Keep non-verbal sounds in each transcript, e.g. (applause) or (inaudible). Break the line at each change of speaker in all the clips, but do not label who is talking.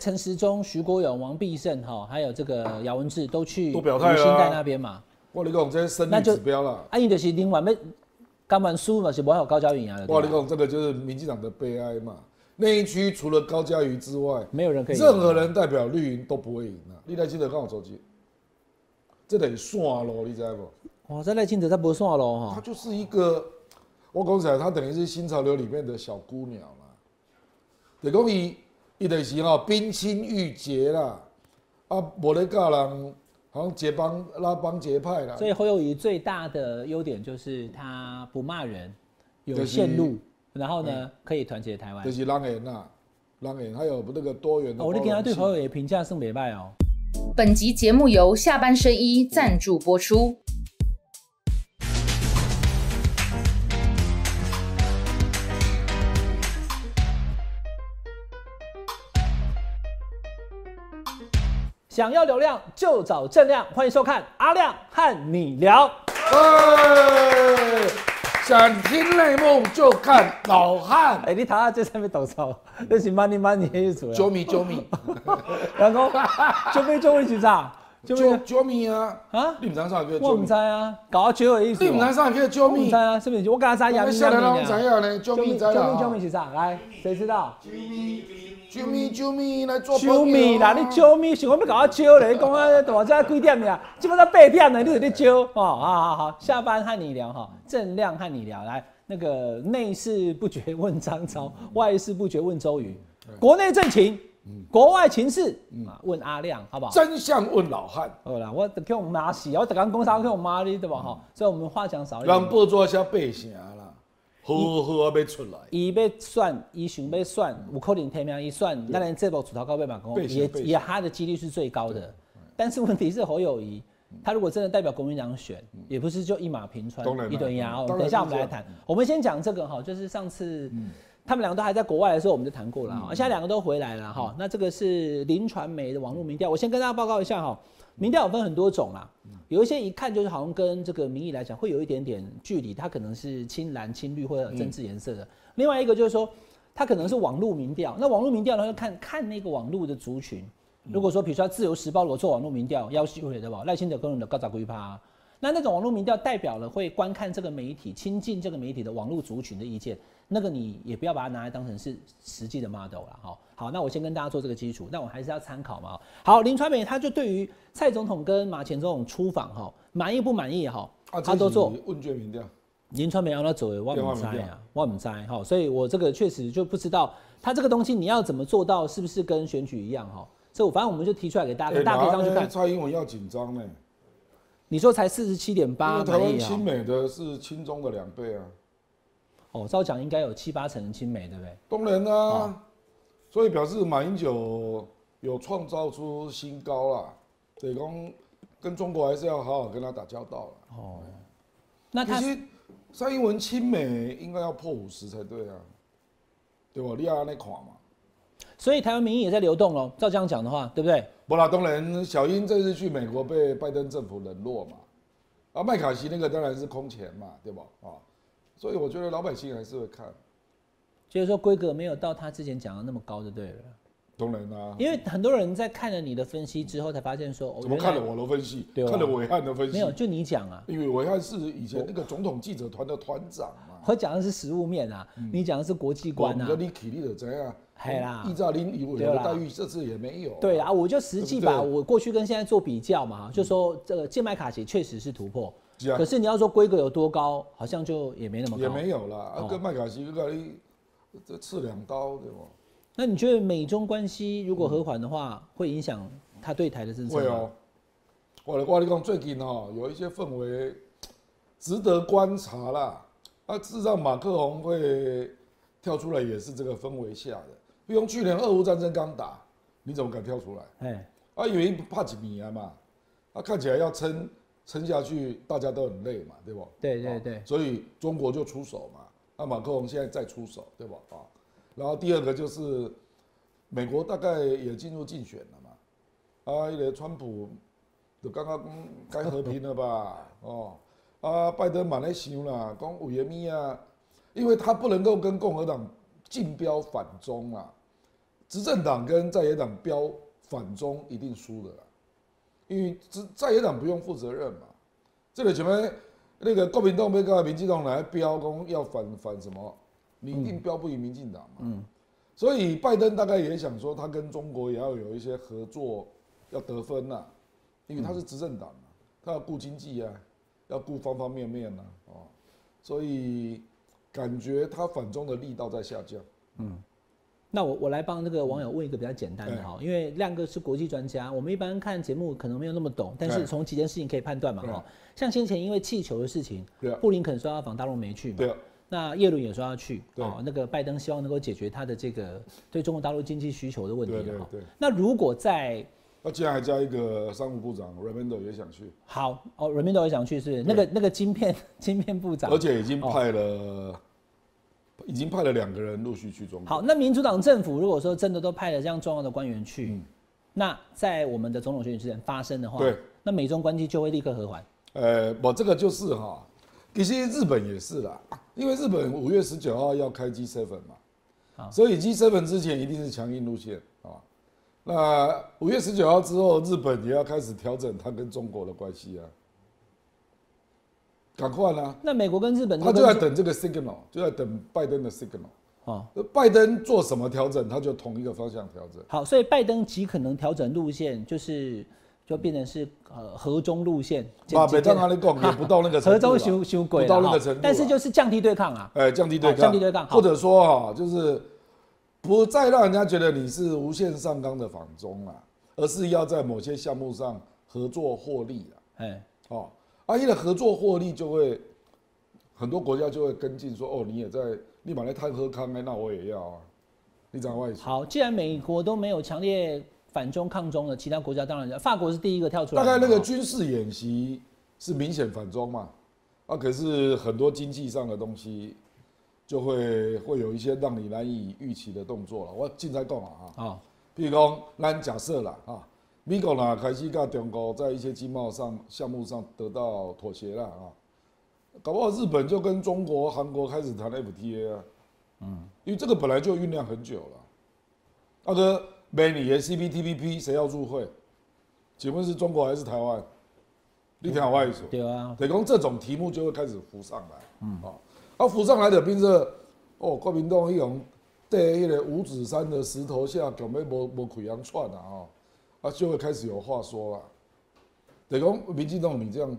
陈时中、徐国勇、王必胜哈，还有这个姚文智都去
都表态了啊
新代那边嘛，
我跟你讲这是生
那
理
就
指标啦。
啊，因就是另外要干完输嘛，是无有高嘉瑜赢了，
我
对啊
跟你
吧
讲这个就是民进党的悲哀嘛。那一区除了高嘉瑜之外，
没有人可以赢
任何人代表绿营都不会赢啊。你来记得跟我手机，这等于算咯，你知道不？
哇，这赖清德他不算喽
她
哈，
就是一个，我讲起来，她等于是新潮流里面的小姑娘啦。就讲伊，伊就是吼冰清玉洁啦，啊，无咧教人好像结帮拉帮结派啦
所。以侯友谊最大的优点就是他不骂人，有
就是嗯
线路，然后呢可以团结台湾
就。是人缘啦，人缘还有那个多元的
哦
包
我
容
你
性。
给他对侯友谊评价算袂歹哦。
本集节目由下半身衣赞助播出。
想要流量就找正亮，欢迎收看阿亮和你聊。
哎，想听内幕就看老汉
哎、。你头下这上面抖操，那是 money money 的意思
啾
啊。
咪啾 (laughs) 咪，
然后就被中文局长，就被
啾啾咪啊！
啊，
你唔知道啥叫
我
啾
唔
咪
知？啊，搞到酒的意思
你唔知道
啊。
啥叫啾
我唔
咪
知？啊，是不是？我刚才
我
杨
们
明啊
下来拢知
杨明
影呢，啾
救
咪
命！
知
救命！救
啦
命！。是啥？来，谁知道？
啾咪啾咪来做朋友啊
救命啦！你救命！想讲要搞我招咧，你讲啊，大家几点呀？基本上八点了，你就在招哦。好好好，下班和你聊哈，正亮和你聊。来，那个内事不决问张超，外事不决问周瑜，国内政情，
嗯
国外情势啊，问阿亮好不好？
真相问老汉，
好啦，我叫我妈洗，我逐工讲啥叫我妈你对吧？哈，所以我们话讲少一
让
点。
报纸写八成啦，好好啊要出来。
伊要算，伊想要算，有可能提名伊算，当然这波主投高被马公
背信
也
背信
也他的几率是最高的。但是问题是侯友谊，
嗯
他如果真的代表国民党选，也不是就一马平川
当然啦
一顿压哦。
嗯当然嗯
等一下我
是
们来
这样
谈，我们先讲这个哈，就是上次他们两个都还在国外的时候，我们就谈过了
嗯
哈，现在两个都回来了哈。那这个是林传媒的网络民调，我先跟大家报告一下哈，民调有分很多种啦。
嗯
有一些一看就是好像跟这个民意来讲会有一点点距离，它可能是青蓝、青绿或者有政治颜色的。另外一个就是说，它可能是网络民调。那网络民调呢，要看看那个网络的族群。
嗯
如果说比如说《自由时报》如果做网络民调，要求也对吧？赖清德跟的高达啊龟趴，那那种网络民调代表了会观看这个媒体、亲近这个媒体的网络族群的意见，那个你也不要把它拿来当成是实际的 model 啦。哈。好，那我先跟大家做这个基础，但我还是要参考嘛。好，林传美他就对于蔡总统跟马前总统出访哈，满意不满意哈，他都做
啊这。是问卷民调，
林川没让他走的，我唔知
对我不知
啊，我唔知哈，所以我这个确实就不知道他这个东西你要怎么做到，是不是跟选举一样哈？所以我反正我们就提出来给大家，
哎
大家可以
哪
上去
呢
看。
蔡英文要紧张呢，
你说才四十七点
因
八
为台
满
湾
意啊
亲？美的是亲中的两倍啊，
哦，照讲应该有七八成的亲美，对不对？
当然啊，所以表示马英九有创造出新高啦，所以讲跟中国还是要好好跟他打交道啦。
哦，那他
其实蔡英文亲美应该要破五十才对啊，对吧？你要那款嘛。
所以台湾民意也在流动喽。照这样讲的话，对不对？
不啦，当然，小英这次去美国被拜登政府冷落嘛，啊，麦卡锡那个当然是空前嘛，对吧？啊，所以我觉得老百姓还是会看，
就是说规格没有到他之前讲的那么高，就对了。
当然啦、
因为很多人在看了你的分析之后，才发现说，哦，
怎么
原来
看了我的分析，
对啊
看了伟汉的分析，
没有，就你讲啊。
因为伟汉是以前那个总统记者团的团长嘛，
我讲的是实物面啊，
嗯
你讲的是国际观啊
我。们你体力的怎样？
嘿啦
啊依照林以为
对
的
啦
待遇，这次也没有。
对，啊，我就实际把
对不对
我过去跟现在做比较嘛，就说这个健麦卡其确实是突破，
是嗯啊
可是你要说规格有多高，好像就也没那么
也
高。
没有啦，啊
哦，
跟麦卡锡跟你这刺两刀，对吧？
那你觉得美中关系如果和缓的话，会影响他对台的政策
会
吗？
哦，我来我跟你讲，最近哦，有一些氛围值得观察啦。啊，事实上，马克宏会跳出来，也是这个氛围下的。不用去年俄乌战争刚打，你怎么敢跳出来？
哎，
啊，以为怕几米啊嘛，啊，看起来要撑撑下去，大家都很累嘛，对不？
对对对
哦所以中国就出手嘛，那马克龙现在再出手，对吧？啊，然后第二个就是美国大概也进入竞选了嘛，啊，那个川普就刚刚讲该和平了吧？哦，啊，拜登嘛在想啦，讲五月咪啊，因为他不能够跟共和党竞标反中啊，执政党跟在野党标反中一定输的啦，因为执在野党不用负责任嘛。这个前面那个国民党被告民进党来标公要反反什么，你一定标不赢民进党嘛。所以拜登大概也想说，他跟中国也要有一些合作，要得分呐、因为他是执政党嘛，他要顾经济啊，要顾方方面面呐、啊，哦，所以感觉他反中的力道在下降。
那我我来帮这个网友问一个比较简单
哎
的哈，因为亮哥是国际专家，我们一般看节目可能没有那么懂，但是
对
从几件事情可以判断嘛
对
哈。像先前因为气球的事情
哎对啊，
布林肯说要访大陆没去嘛，
对啊，
那耶伦也说要去，
对
哦，那个拜登希望能够解决他的这个对中国大陆经济需求的问题
对对
哈
对。
那如果在
那竟然还加一个商务部长 Raimondo 也想去，
好哦 r a m i n d o 也想去是不是那个那个晶片 (laughs) 晶片部长
而，且已经派了，已经派了两个人陆续去中国。
好，那民主党政府如果说真的都派了这样重要的官员去，那在我们的总统选举之前发生的话，
嗯对，
那美中关系就会立刻和缓。
呃，我这个就是哈，其实日本也是啦，因为日本五月十九号要开 G seven
啊
嘛，所以 G seven 之前一定是强硬路线啊。那五月十九号之后，日本也要开始调整它跟中国的关系啊，赶快啦！
那美国跟日本
他
如果
就在等这个 signal，就在等拜登的 signal。
哦，
拜登做什么调整，他就同一个方向调整。
好，所以拜登极可能调整路线，就是就变成是呃和中路线，
啊，
简
北
简单
藏阿里讲也不到那个程度
(laughs)
啦
和中修修轨
不到
了
啊
哈
那个程度啦，啊
但是就是降低对抗啊。
哎，降低对
哦
抗，
降低对抗好
或者说哈，就是不再让人家觉得你是无限上纲的仿中啦，而是要在某些项目上合作获利啦。
哎，
哦，啊，因为合作获利就会很多国家就会跟进说，哦，你也在立马来探喝康哎，那我也要啊，你讲外形。
好，既然美国都没有强烈反中抗中的，其他国家当然要，法国是第一个跳出来
大
的。
概那个
哦
军事演习是明显反中嘛，啊，可是很多经济上的东西就会会有一些让你难以预期的动作了。我进在讲了啊，
哦，
譬如讲，咱假设啦啊，美国啦开始跟中国在一些经贸上项目上得到妥协啦啊，搞不好日本就跟中国、韩国开始谈 FTA 啊，嗯，因为这个本来就酝酿很久了。大哥，美你的 CPTPP 谁要入会？请问是中国还是台湾？你听我意思。
对啊，
等于讲这种题目就会开始浮上来，嗯，哦，啊浮上来的变成哦，国民党一种对那个五指山的石头下，准备无无溃疡串啊，哦，啊就会开始有话说了。等于讲民进党你这样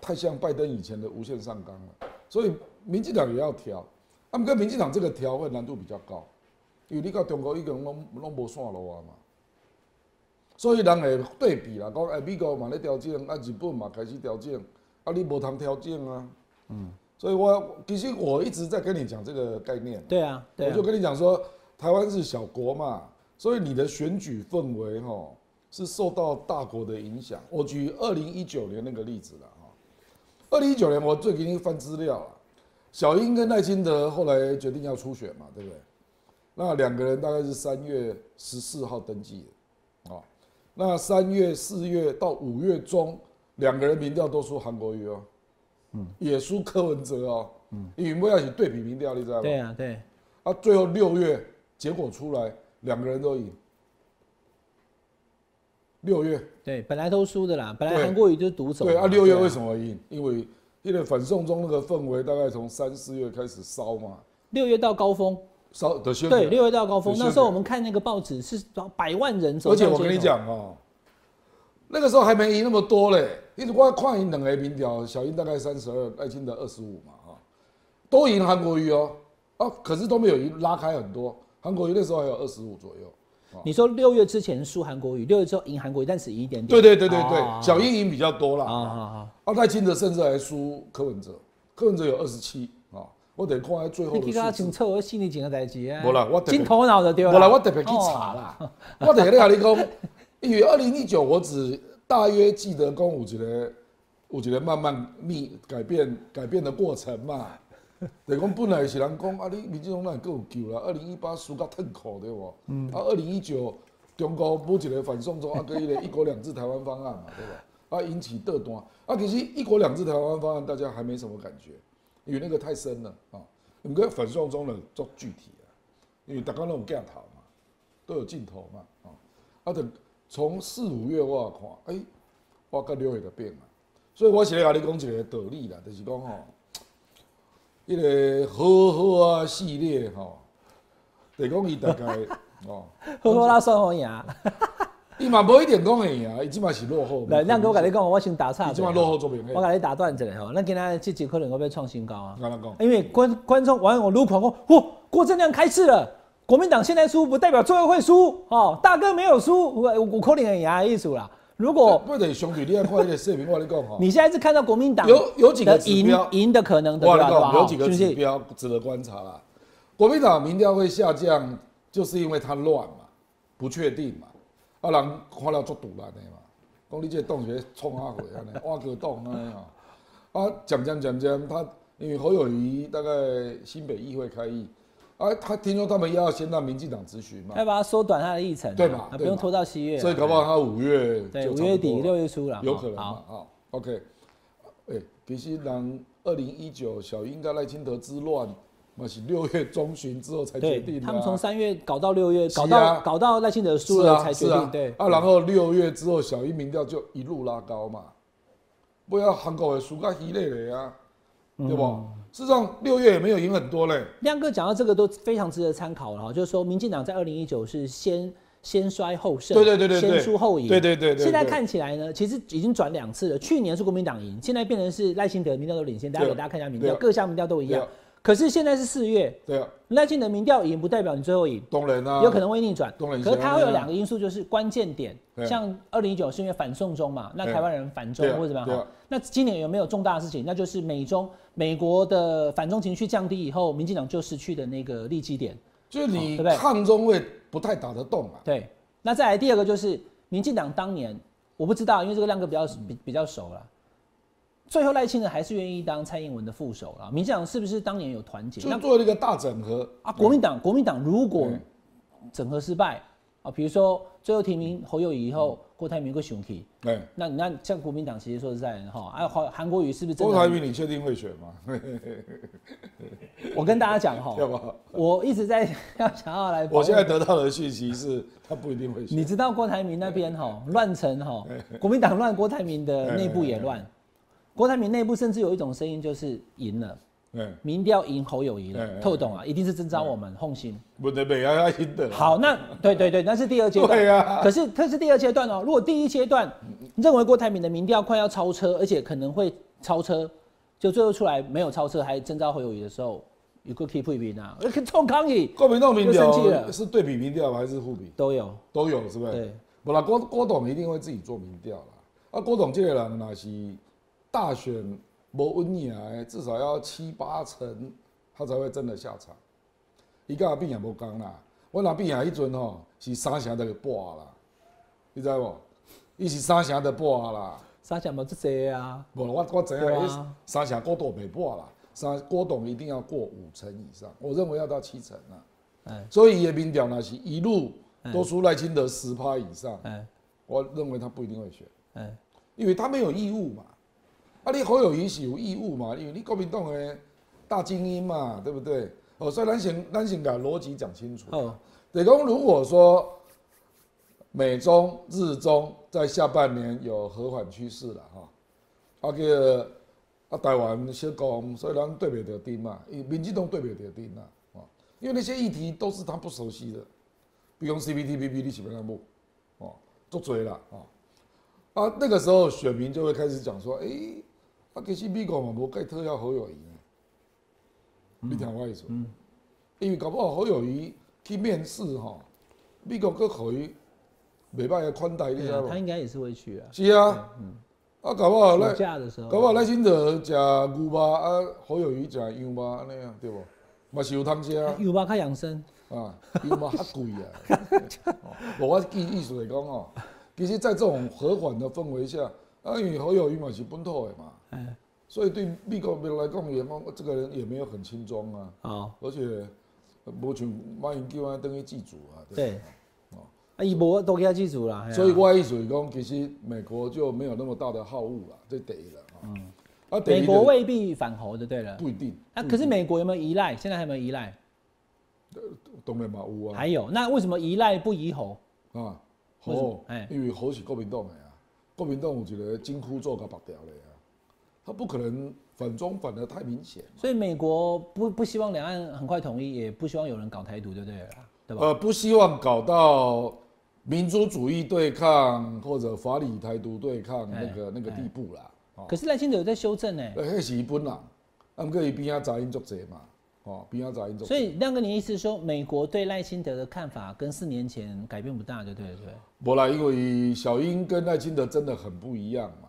太像拜登以前的无限上纲了，所以民进党也要调，啊，跟民进党这个调会难度比较高，因为你到中国已经拢拢无线路啊嘛。所以人会对比啦，讲哎、美国嘛咧调整，啊日本嘛开始调整，啊你无通调整啊。嗯，所以我其实我一直在跟你讲这个概念，
对啊，对
我
啊
就。跟你讲说，台湾是小国嘛，所以你的选举氛围哈是受到大国的影响。我举二零一九年那个例子了哈，二零一九年我最给你翻资料了，小英跟赖清德后来决定要初选嘛，对不对？那两个人大概是三月十四号登记的，哦，那三月、四月到五月中，两个人民调都输韩国瑜哦，嗯，也输柯文哲哦，嗯，因为不要你对比民调，你知道吗？
对啊，对，
啊，最后六月结果出来，两个人都赢。六月，
对，本来都输的啦，本来
对
韩国瑜就是独走嘛。
对啊，六月
对
为什么赢？因为因为反送中那个氛围大概从三四月开始烧嘛，
六月到高峰，
烧的宣
对，六月到高峰。
对
那
是
时候
的
我们看那个报纸是百万人走，
而且我跟你，讲哦、那个时候还没赢那么多嘞，因为我看赢两个民调，小英大概三十二，赖清德二十五嘛哈、都赢韩国瑜哦、啊，可是都没有赢，拉开很多。韩国瑜那时候还有二十五左右，
你说六月之前输韩国瑜，六月之后赢韩国瑜，但只赢一点点。
对对对对对，
哦
小英赢比较多啦。
啊
啊
啊啊！
啊，赖清德甚至还输柯文哲，柯文哲有二十七啊，我得看在最后
你给他
的数
请
字。
测我心里紧个代志啊。
没啦我特别
进头脑的对
我
了。
来，我特别去查
哦。
啦，我特别跟你讲，因为二零一九我只大约记得讲有一个，有一个慢慢逆改变改变的过程嘛。就是讲本来是人讲啊，你民进党哪会够有救啦？二零一八输到痛苦对不？嗯。啊，二零一九中国某一个反送中啊，跟一个一国两制台湾方案嘛，对吧？啊，引起热端啊，可惜一国两制台湾方案大家还没什么感觉，因为那个太深了啊。你们跟反送中的做具体啊，因为大家都有 get 嘛，都有尽头嘛，啊、啊等从四五月我也看，哎、我甲六月就变啊，所以我是咧甲你讲一个道理啦，就是讲吼，迄、个好好啊系列吼、 (laughs) 就是讲伊大概哦，
呵呵啦，双红牙。
伊嘛无一定讲会赢，伊即嘛是落后。
来，亮哥，我跟你讲，我先打岔一
伊
下
即嘛落后作品，
我跟你打断一下吼，咱今天这集可能会不会创新高啊？
我跟你讲，
因为观观众网友撸狂说，嚯，哦郭正亮开市了，国民党现在输不代表最后会输哦，大哥没有输，我我可能很牙的意思啦。如果
不得相对你要看迄个视频，我跟你讲吼，
你现在是看到国民党
哦有有几个
的
指
赢
标
赢的可能的
我
对
跟
吧
你
对吧？
讲有几
哦
个
是不
指
是？
标值得观察啦。国民党民调会下降，就是因为它乱嘛，不确定嘛，啊人看了足堵然的嘛，讲你这个洞穴冲啊回安尼，挖个洞安尼啊，啊讲讲讲讲，他因为侯友谊大概新北议会开议，啊他听说他们要先让民进党咨询嘛，
要把它缩短它的议程啊，
对嘛
啊不
对
用
嘛
拖到七月啊。
所以搞不好他五月
对
就
五
差不
月
多
底
了
六月初了，
有
哦
可能嘛
好，？
啊，OK，哎、其实人二零一九小英跟赖清德之乱，嘛是六月中旬之后才决
对
定的、啊。
他们从三月搞到六月，
是啊
搞到搞到赖清德输
是
了
啊
才决
是
定，
啊
对。
啊，然后六月之后，小英民调就一路拉高嘛，不要韩国的输到稀累的啊，对不？事实上，六月也没有赢很多嘞。
亮哥讲到这个都非常值得参考了哈，就是说民进党在二零一九是先先衰后盛，
对对对对对
先输后赢，
对对对对对
现在看起来呢，其实已经转两次了，去年是国民党赢，现在变成是赖清德民调都领先，大家
对
给大
啊
家看一下民调，
对啊
各项民调都一样
对啊。
可是现在是四月，
对啊，
赖清德民调赢不代表你最后赢，
当然啊，
有可能会逆转，
当然
可是它会有
是啊
两个因素，就是关键点，
对
像二零一九是因为反送中嘛，那
对
台湾人反中
对啊
或者怎么
对
样
啊？
那今年有没有重大的事情？那就是美中美国的反中情绪降低以后，民进党就失去的那个利基点。
就是
哦对
你
不对
抗中会不太打得动啊。
对，那再来第二个就是民进党当年，我不知道，因为这个亮哥比较
嗯
比比较熟了。最后赖清德还是愿意当蔡英文的副手了。民进党是不是当年有团结？
就
那
做了一个大整合
啊，国民
嗯
党国民党如果
对
整合失败啊，比如说最后提
嗯
名侯友宜以后，郭台铭会选 k
哎、
那你那像国民党其实说实在的哈，啊韩韩国瑜是不是真
郭台
的？
铭，你确定会选吗？，
我跟大家讲哈
要吧？
我一直在 (laughs) 要想要来，
我现在。得到的讯息是，他不一定会选。
你知道郭台铭那边哈
嗯
乱成哈，国民党乱，郭台铭的内部也
嗯
乱。郭台铭内部甚至有一种声音就是赢了，
嗯，
民调赢侯友谊了，
嗯
透懂啊，一定是征召我们哄心。
不得北要赢的。
好，那对对对，那是第二阶段。
对啊
可是这是第二阶段哦。如果第一阶段认为郭台铭的民调快要超车，而且可能会超车，就最后出来没有超车，还征召侯友谊的时候，有个 keep 赢啊， (laughs) 呃冲康义
国民党民
又生气了
调是对比民调吗还是互比？
都有。
都有，是不是？
对。
不啦，郭郭董一定会自己做民调啦。啊，郭董这个人那是大选无稳赢的，至少要七八成，他才会真的下场。伊甲阿扁也无讲啦，我阿扁也迄阵吼是三成的博啦，你知无？伊是三成的博啦。
沙想嘛这些啊，
无啦，我我知
对
影、
啊
三成郭董袂破啦，三郭董一定要过五成以上，我认为要到七成啦。
哎
所以伊的民调若是一路都输赖清德十趴以上，
哎
我认为他不一定会选，
哎，
因为他没有义务嘛。啊，你侯友谊是有义务嘛，因为你国民党的大精英嘛，对不对？哦，所以咱先咱先把逻辑讲清楚。
哦，
得公，如果说美中日中在下半年有和缓趋势了哈，啊个啊台湾小讲，所以咱对袂着定嘛，因为民进党对袂着定啦，啊，因为那些议题都是他不熟悉的，比如 CPTPP 你是不是不，哦，做嘴啦啊，啊那个时候选民就会开始讲说，诶、啊其实美国嘛无盖特要侯友谊呢，你听我意思，因为搞不好侯友谊去面试吼，美国佫互伊袂歹的款待，你
对
知
啊
道，
他
无？
应该也是会去啊，
是啊，啊搞不好
暑
赖，
假的时候，
搞不好赖清德食牛肉啊，侯友谊食羊肉安尼啊，对无？嘛是有通食啊，
有吧？看养生，
啊， (laughs) 羊肉较贵啊。哦无我记意思来讲哦，其实，在这种和缓的氛围下，啊，因为侯友谊嘛是本土的嘛，所以对美国人来讲，也讲这个人也没有很轻松啊。
哦，
而且呃无像马英九安等于祭祖啊。对
对，啊，伊无都给他记住了，嘿啊
所以我的意思是讲，其实美国就没有那么大的好恶了，这第一了啊。啊，第
美
一
国
就
未必反侯的，对了。
不一定，
啊，可是美国有没有依赖？现在还有没有依赖？
当然嘛有啊，
还有，那为什么依赖不依侯？
啊，
为什么
好
哎，
因为好是国民党的啊，国民党有一个金箍咒甲绑掉的啊，他不可能反中反的太明显嘛，
所以美国不不希望两岸很快统一，也不希望有人搞台独，对不对了啦？对吧？
呃，不希望搞到民族主义对抗或者法理台独对抗
哎
那个那个地步啦，哦，
可是赖清德有在修正呢、
呃那是伊本人，啊，毋过伊边仔杂音足侪嘛，哦，边仔杂音足多，
所以亮哥，你的意思是说，美国对赖清德的看法跟四年前改变不大，就对了，对不对？
无啦，因为小英跟赖清德真的很不一样嘛，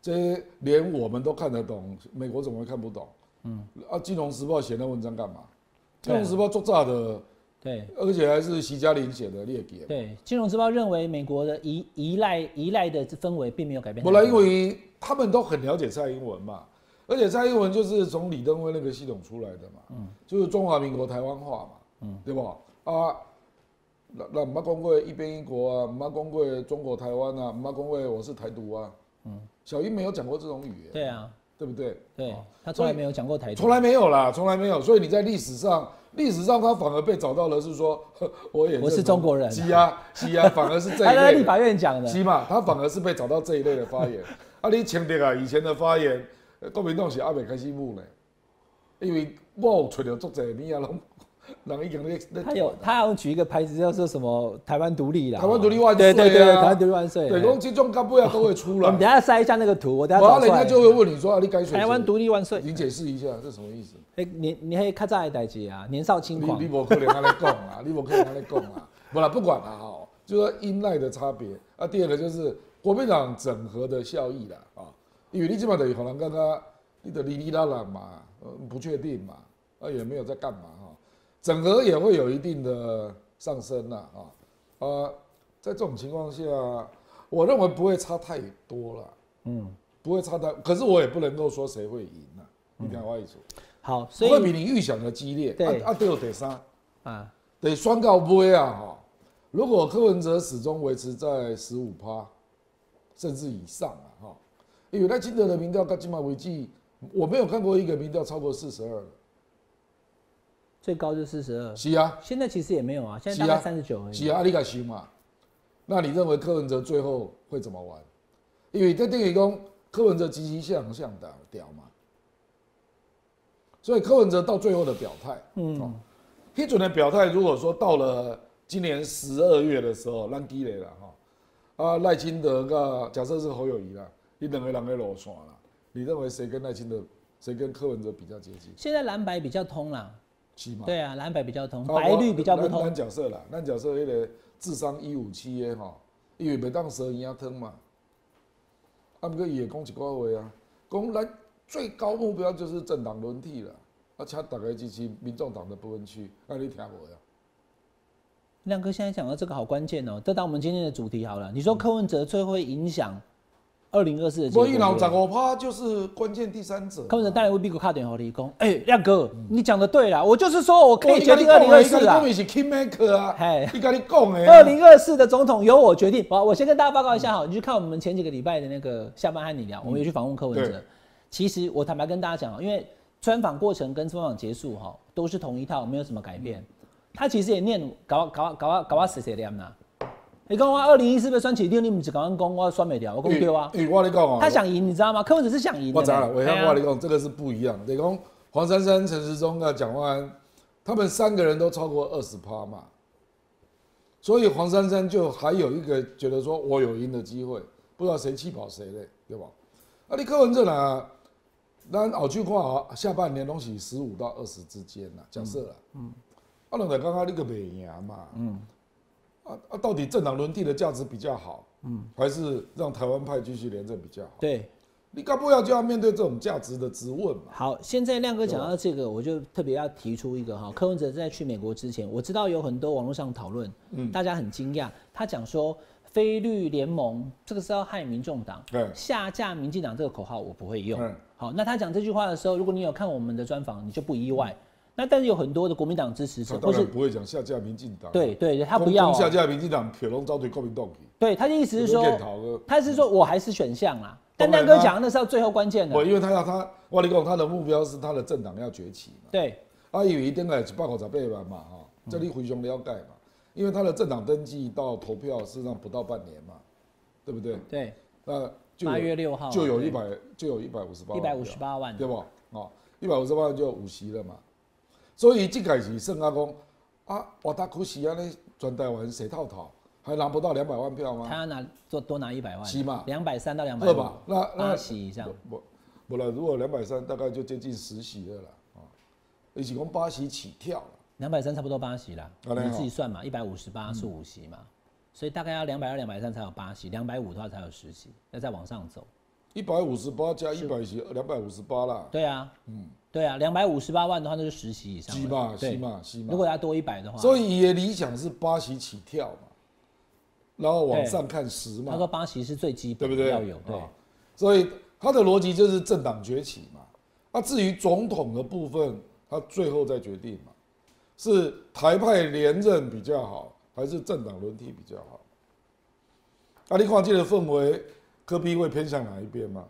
这连我们都看得懂，美国怎么会看不懂？嗯，啊，《金融时报》写那文章干嘛？《金融时报》作炸的，
对
而且还是徐嘉玲写的列给。
对，《金融时报》认为美国的依依赖依赖的氛围并没有改变太
无
多。
啦，因为他们都很了解蔡英文嘛，而且蔡英文就是从李登辉那个系统出来的嘛，
嗯
就是中华民国台湾话嘛，对吧？啊，那那唔捌讲过一边一国啊，唔捌讲过中国台湾啊，唔捌讲过我是台独啊，小英没有讲过这种语言，
嗯对啊，
对不对？
对
哦，
他从来没有讲过台独，
从来没有啦，从来没有，所以你在历史上，历史上他反而被找到了，是说 (laughs) 呵我也
我是
认同
中国人
西啊西啊，反而是
(laughs)
这一
他在立
类的，
法院讲的。
西嘛，他反而是被找到这一类的
(laughs)
发言。啊，你前面啊以前的发言，呃国民党是阿未开始幕呢，因为我有找到足侪物啊，拢人已经咧咧
他有，他好像举一个牌子叫做什么“台湾独立”啦，
台湾独立万岁
对
啊
对对，台湾独立万岁。
对，
哎
讲这种干部啊都会
(laughs)
出
我
来
们，等一下塞一下那个图，我等一
然
下找
后
出
人
来
家。就会问你说啊，你改水
台湾独立万岁！
你解释一下这什么意思？
哎，你你还看这的代志啊？年少轻
你
狂
你，无可能安尼讲啊，你无可能安尼讲啊，不啦，不管啦吼，就说依赖的差别啊。第二个就是国民党整合的效益啦啊，因为你基本等于可能刚刚你的哩哩啦啦嘛，呃不确定嘛，啊也没有在干嘛哈、整合也会有一定的上升啦啊啊、呃在这种情况下，我认为不会差太多了，
嗯，
不会差太，可是我也不能够说谁会赢啊，你看我意思，
好，嗯所
不会比
以
你预想的激烈，
对
啊啊对第三。
啊，
得双告杯啊！哈，如果柯文哲始终维持在十五趴，甚至以上啊，哈，因为赖清德的民调到今晚为止，我没有看过一个民调超过四十二的。
最高就四十二，
是啊，
现在其实也没有啊，现
是
在
啊
大概三十九而
是
已。
啊，阿里敢行嘛？那你认为柯文哲最后会怎么玩？因为在电影中，柯文哲积极向上的屌嘛，所以柯文哲到最后的表态，嗯，哦、批准的表态，如果说到了今年十二月的时候，让积累了哈，啊，赖清德个假设是侯友谊啦，你两个人的路线啦，你认为谁跟赖清德，谁跟柯文哲比较接近？
现在蓝白比较通啦，
起码
对啊，蓝白比较通，
啊
白绿比较不
嗯我咱
通
咱。假设啦，咱假设迄个智商一五七的吼，因为袂当蛇耳仔汤嘛。啊，毋过伊会讲一句话啊，讲咱最高目标就是政党轮替啦，啊，请大家支持民众党的部分区，啊，你听无呀？
亮哥现在讲到这个好关键哦，这当我们今天的主题好了。你说柯文哲最会影响二零二四的结
所
果
以老
对不
十
对，
五趴就是关键第三者嘛。
柯文哲当然会比我卡点和理工。哎，亮哥，你讲的对啦，我就是说我可
嗯我
以决定二零二四啊
伊。是 key maker
嘿
啊，伊甲你讲的啊。
二零二四的总统由我决定。好，我先跟大家报告一下
嗯
哈，你去看我们前几个礼拜的那个下班和你聊，我们也去访问柯文哲
对。
其实我坦白跟大家讲啊，因为专访过程跟专访结束哈都是同一套，没有什么改变。
嗯
他其实也念搞搞搞搞啊死谁念呐？你讲我二零一四被酸起六，你们只刚刚讲我酸没掉，我讲对啊。
因为我跟你讲啊，
他想赢，你知道吗？柯文哲是想赢的。
嗯我知了，我
对啊
跟我跟你讲，这个是不一样。你讲黄珊珊、陈时中啊、蒋万安，他们三个人都超过二十趴嘛，所以黄珊珊就还有一个觉得说我有赢的机会，不知道谁气跑谁嘞，对吧？啊，你柯文哲呢？咱后句话啊，下半年拢是十五到二十之间啦，假设啦，嗯，啊，两个刚刚那个美赢嘛，嗯，啊啊，到底政党轮替的价值比较好，嗯，还是让台湾派继续连任比较好？
对，
你干不要就要面对这种价值的质问嘛？
好，现在亮哥讲到这个，我就特别要提出一个
嗯
哈，柯文哲在去美国之前，我知道有很多网络上讨论，
嗯
大家很惊讶，他讲说非绿联盟这个是要害民众党，
对
下架民进党这个口号我不会用
嗯。
好，那他讲这句话的时候，如果你有看我们的专访，你就不意外。那但是有很多的国民党支持
他
者，
当
啊或
然
是
不会讲下架民进党，
对对，他不
公
要
公下
哦、
架民进党，铁龙遭对国民党去，
对他的意思是说
有没有检讨啊过，
他是说我还是选项啦。但
当然
亮
啦
哥讲的那是要最后关键
啊我
的，
因为他要他，我跟你讲他的目标是他的政党要崛起嘛，
对
啊，以为一定来一百五十八万嘛哈，
嗯
这里回熊了解嘛，因为他的政党登记到投票事实上不到半年嘛，对不对？
对，
那就
八
有
月六号啊
就有一百就有一百五十八
一百五十八万
对不？哦，一百五十万就五席了嘛。所以这个是算阿公啊，我大可惜啊，那全台湾谁套套还拿不到两百万票
他
吗？
要拿多多拿一百万，
是嘛
两百三到两百
啊二吧，
五，
那
八
那
席以上，
不不了，如果两百三，大概就接近十席了啦啊，一起从八席起跳了。
两百三差不多八席啦，
好嘞
你
好
自己算嘛，一百五十八
嗯
是五席嘛，所以大概要两百二、两百三才有八席，两百五的话才有十席，要再往上走。
一百五十八加一百席，两百五十八啦，
对啊，嗯，对啊，两百五十八万的话那就十席以上了。
是嘛
对
是嘛是嘛
如果要多一百的话，
所以也理想是八席起跳嘛，然后往上看十
他说
嘛，
八席是最基
对
本
不
的
对？
要有，对
啊，所以他的逻辑就是政党崛起嘛。那、至于总统的部分，他最后再决定嘛，是台派连任比较好，还是政党轮替比较好？啊，你看这个氛围，科比会偏向哪一边嘛？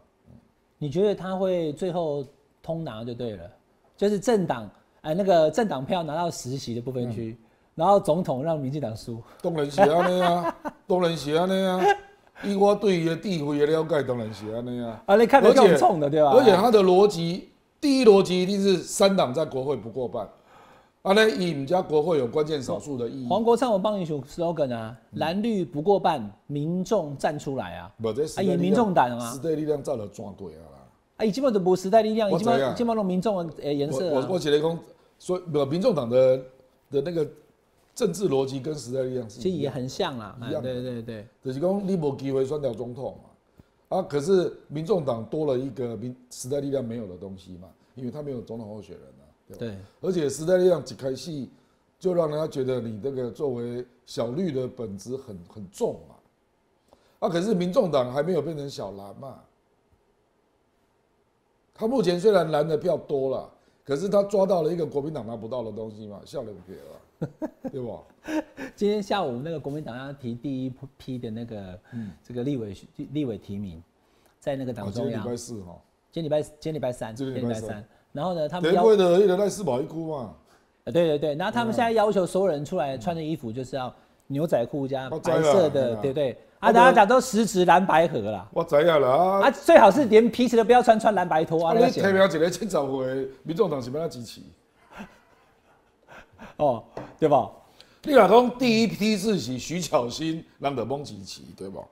你觉得他会最后通拿就对了，就是政党哎、那个政党票拿到实习的部分
嗯
区，然后总统让民进党输，
当然是安尼
(laughs)
啊，当然是安尼啊。以我对伊的地位的了解，当然是安尼啊。
啊，你看得够冲的对吧？
而且他的逻辑，第一逻辑一定是三党在国会不过半，啊，那以我们家国会有关键少数的意义。
黄国昌我帮你选 slogan 啊，
嗯
蓝绿不过半，民众站出来啊，
不，这时代力
啊
量
以民众党啊
时代力量照了转轨啊啦。
啊，基本都不时代力量，
我
基
知道
本基本弄民众的颜
我
色
我我
啊，
写了一封，所以不民众党的的那个政治逻辑跟时代力量是
其实
一
也
样，
很像啦，哎
一样的
对对对，
就是讲你无机会选掉总统嘛，啊，可是民众党多了一个民时代力量没有的东西嘛，因为他没有总统候选人啊。对吧
对，
而且时代力量几开戏，就让人家觉得你这个作为小绿的本质很很重嘛。啊，可是民众党还没有变成小蓝嘛。他目前虽然蓝的票多了，可是他抓到了一个国民党拿不到的东西嘛，笑脸撇了，
(laughs)
对吧？
今天下午那个国民党要提第一批的那个、这个立委立委提名，在那个
嗯啊
党，
今
中
天礼
央，
拜四哈，
今天礼拜今天礼拜三，
今天礼拜三，
然后呢，他们
德
要
贵的一个赖世宝一哭嘛，
呃对对对，然后
嗯
他们现在要求所有人出来穿的衣服就是要牛仔裤加
我知
白色
啦哎
的，
呀
对不对？
我
啊，大家讲都实质蓝白河啦，
我知呀啦。
啊，最好是连皮鞋都不要穿，穿蓝白拖啊
啊，
那个
你提
鞋
名一个七十岁，民众党是要怎支持？
哦，对吧？
你若讲第一批是是徐巧芯，人就蒙吉奇，对吧？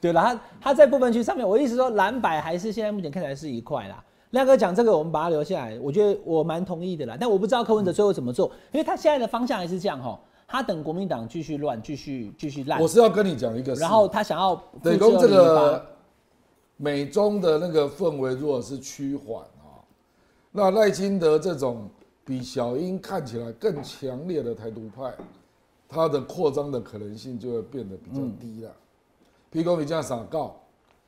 对了，他他在部分区上面，我意思说蓝白还是现在目前看起来是一块啦。亮哥讲这个，我们把它留下来，我觉得我蛮同意的啦。但我不知道柯文
嗯
哲最后怎么做，因为他现在的方向还是这样哈，他等国民党继续乱，继续继续烂
我，是要跟你讲一个事，
然后他想要
等于
复制
说
2008
这个美中的那个氛围如果是趋缓啊，那赖清德这种比小英看起来更强烈的台独派，它的扩张的可能性就会变得比较低了。譬如说你这样傻告，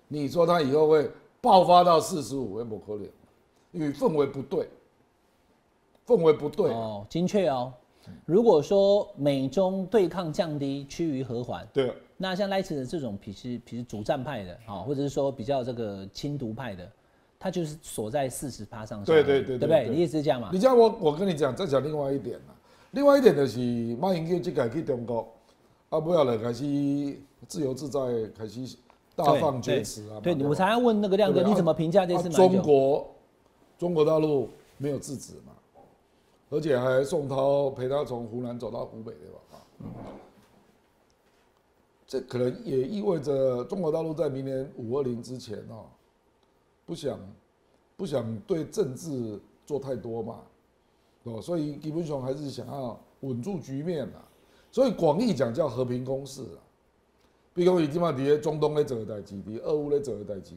你说他以后会爆发到四十五，会不可能，因为氛围不对，氛围不对，啊
哦，精确哦。如果说美中对抗降低，趋于和缓，
对。
那像赖清德这种比是比是主战派的啊、哦，或者是说比较这个亲独派的，他就是锁在四十趴上下，
对对
对
对
不
对
对？
对
你意思是这样嘛？
你像我，我跟你讲，再讲另外一点啦。另外一点就是，马英九这个去中国，啊，不要了，开始自由自在，开始大放厥词啊。
对，对
嘛
我常常问那个亮哥，
对不对
你怎么评价这次
啊
马
中
英九？
国中国大陆没有制止嘛，而且还宋涛陪他从湖南走到湖北，对吧？啊，这可能也意味着中国大陆在明年五二零之前哦，不想不想对政治做太多嘛，哦，所以基本上还是想要稳住局面啊。所以广义讲叫和平攻势啊，比如讲伊即马伫咧中东咧做诶代志，伫俄乌咧做诶代志，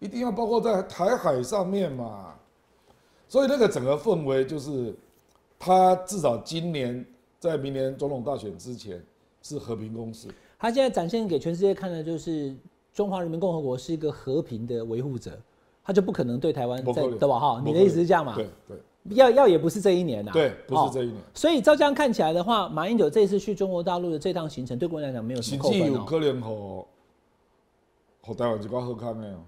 一定要包括在台海上面嘛。所以那个整个氛围就是，他至少今年在明年总统大选之前是和平共识。
他现在展现给全世界看的就是中华人民共和国是一个和平的维护者，他就不可能对台湾
不
在
可能
对吧？哈，你
不可
的
能
意思是这样嘛？
对对
要要也不是这一年啦，
对，不
哦
是这一年。
所以照这样看起来的话，马英九这次去中国大陆的这趟行程，对国民党来讲没有什
甚
么扣
至
分
有
哦、
可能和和台湾一寡好康的哦，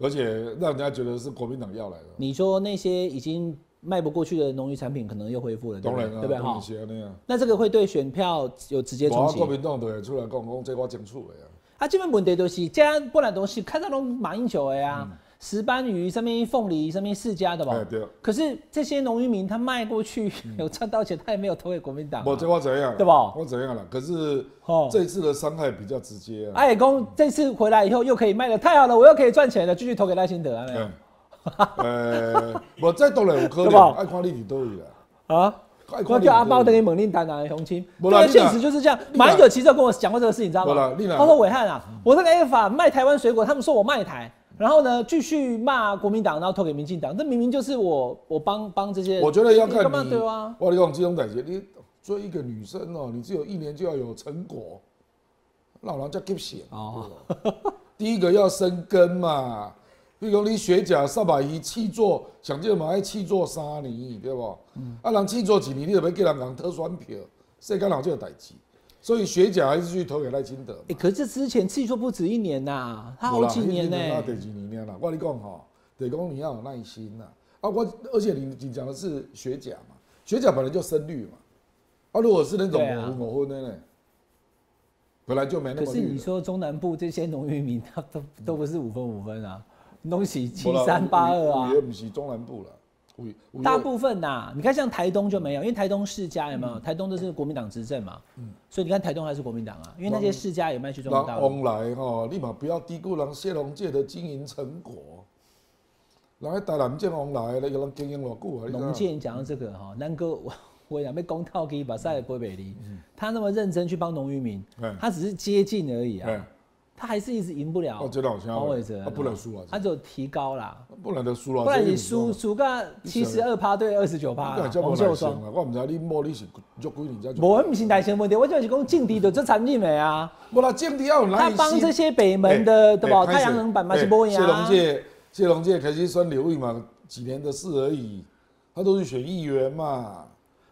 而且让人家觉得是国民党要来的。
你说那些已经卖不过去的农渔产品可能又恢复了，对
当
不对？
然啊，
对不对？
当然
哈，
是安尼啊。
那这个会对选票有直接冲
我
击
国。民党就会出来讲讲，这我清楚的啊。
啊，基本问题就是，这样本来东西看到拢马英九的呀、啊，石斑鱼、上面凤梨、上面释迦的吧。
嗯哎对嗯
可是这些农渔民他卖过去 (laughs) 有赚到钱，他也没有投给国民党、
我这
啊。
我怎样？
对吧
我怎样了？可是
哦
这一次的伤害比较直接啊。
阿野哎公这次回来以后又可以卖的太好了，我又可以赚钱了，继续投给赖清德啊，没有
嗯，呃，我 (laughs) 这当然有可
对吧
能，爱看你伫倒位啦。
啊？
爱
我
看你
叫
在
阿包等
哪
于
里
猛令单啊，雄青，
没
这个
啦你
现
啦
实就是这样。
你啦
马英九其实有跟我讲过这个事情，你知道
没
吗
啦你？啦
他说伟汉啊，我那个 F 法卖台湾水果，他们说我卖台，然后呢继续骂国民党，然后投给民进党，这明明就是我我帮帮这些，
我觉得要
你
看
干嘛
你，
对啊？
我跟你讲这种感觉，你追一个女生哦、你只有一年就要有成果，老人家给写
哦
哦。第一个要生根嘛，比如讲你学甲三百一气做，想见嘛爱气做三年，对不？
嗯
啊，人气做几年，你就别给人讲特选票，世间老就有代志。所以学甲还是去投给赖清德嘛。
哎，可是这之前气说不止一年呐，他
有
好
啦
几年呢
一定有啦，得几年啦。我跟你讲吼，得讲你要有耐心呐。啊，我而且你你讲的是学甲嘛，学甲本来就深绿嘛。啊，如果是那种
对啊
抹红抹的呢，本来就没那
可
么
是
绿
你
了。
说中南部这些农渔民，他都都不是五分五分啊，东西七
没啦
三八二啊
五五。也不是中南部了，五五
大部分呐、你看像台东就没有，因为台东世
嗯
家有没有？台东都是国民党执政嘛，所以你看台东还是国民党啊，因为那些世家也卖去中国大
让
陆。
翁来吼，立马不要低估人谢龙介的经营成果。人家台南建翁来，那个人经营多久啊？你知道
农界你讲到这
嗯
个哈，南哥我 (laughs) 我讲被公套给把赛波北离，他那么认真去帮农渔民
嗯，
他只是接近而已啊
嗯，
他还是一直赢不了
哦，这老乡，
黄伟哲
啊，，不能输啊，
他只有提高啦，
不能就输了。
啊不然
这个
你
是
输
说
输个七十二趴对二十九趴
你真，係
黄
真冇
秀
耐性
双。
啊！我唔知你摸你是做几年才做。
我们不是耐心问题，我就是讲政敌的这产品没啊。
无啦，政治要有耐
他
心。
帮这些北门的，对吧？
欸
太阳能板嘛是不一
谢
样
龙
啊。
介，谢龙介开始选刘毅嘛，几年的事而已，他都是选议员嘛。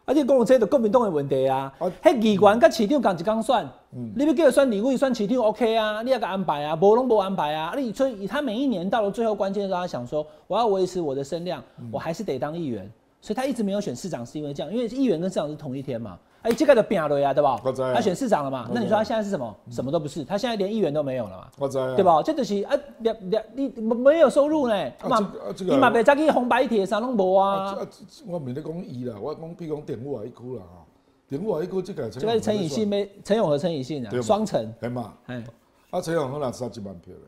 而且讲这个国民党的问题啊
啊，
迄议员甲市长共一工选，你要叫他选里委选市长 OK 啊，你也给安排啊，无拢无安排啊。啊你所以他每一年到了最后关键的时候，他想说我要维持我的声量，我还是得当议员，所以他一直没有选市长是因为这样，因为议员跟市长是同一天嘛。哎，这个就拼了呀，对吧
我知？啊
他选市长了嘛？
我知
那你说他现在是什么？什么都不是，他现在连议员都没有了嘛？
我知啊，
对？吧？这就是啊，两两你没没有收入呢，
啊
嘛、
这个啊这个
你嘛别再去红白帖啥拢无
啊
啊。
啊，这我唔咧讲伊啦，我讲比如讲典武海区啦，吼，典武海区即个
这个陈以信，没陈永和陈以信啊
对，嘛
双城，
系嘛？
哎，
啊，陈永和拿三十万票咧，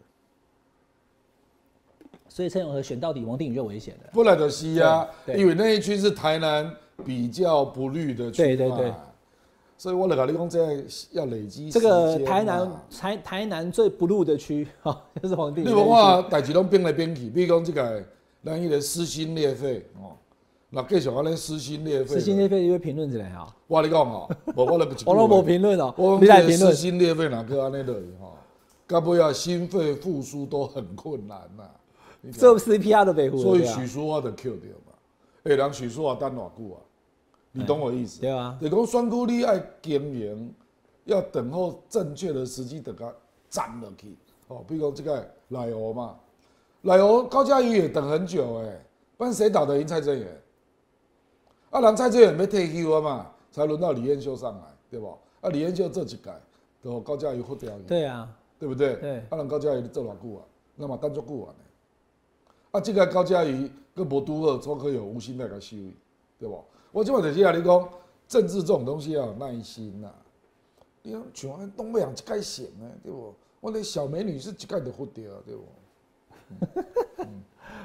所以陈永和选到底，王定宇就危险了。
本来就是啊，
对对
因为那一区是台南比较不绿的区嘛，
对对对
所以我来跟你讲，这要累积
这个
时间嘛啊
台南台台南最不入的区 (laughs) 哈、就是王定宇。
你文化啊代志拢变来变去，比如讲这个咱迄个撕心裂肺哦，那继续安尼撕心裂肺。
是今天被一位评论者来啊，
我跟你讲吼，无我来不
(laughs) 我都无评论哦
我，
你
讲
来
这个
评
撕
论。
心裂肺哪个安尼落去吼，到尾啊心肺复苏都很困难呐、你知道
这 CPR 的北湖，
所以
对啊
许淑华就 Q 掉嘛，诶、人许淑华等偌久啊？你懂我意思？
对啊
就讲选区你爱经营，要等候正确的时机，等它涨落去。哦，比如讲这个奶油嘛，奶油高嘉瑜也等很久诶、不然谁打得赢蔡正元？啊，人蔡正元要退休啊嘛，才轮到李彦秀上来，对不？啊，李彦秀这几届都高嘉瑜获掉。
对啊，
对不对？
对
啊，人高嘉瑜做偌久啊，那么当作久啊呢？啊，这个高嘉瑜跟无拄好，怎可以有无心来甲收伊，对不？我即摆就是啊，你讲政治这种东西要有耐心呐、啊你看像安东北人一届成的，对不？我那小美女是一届就忽掉，对不？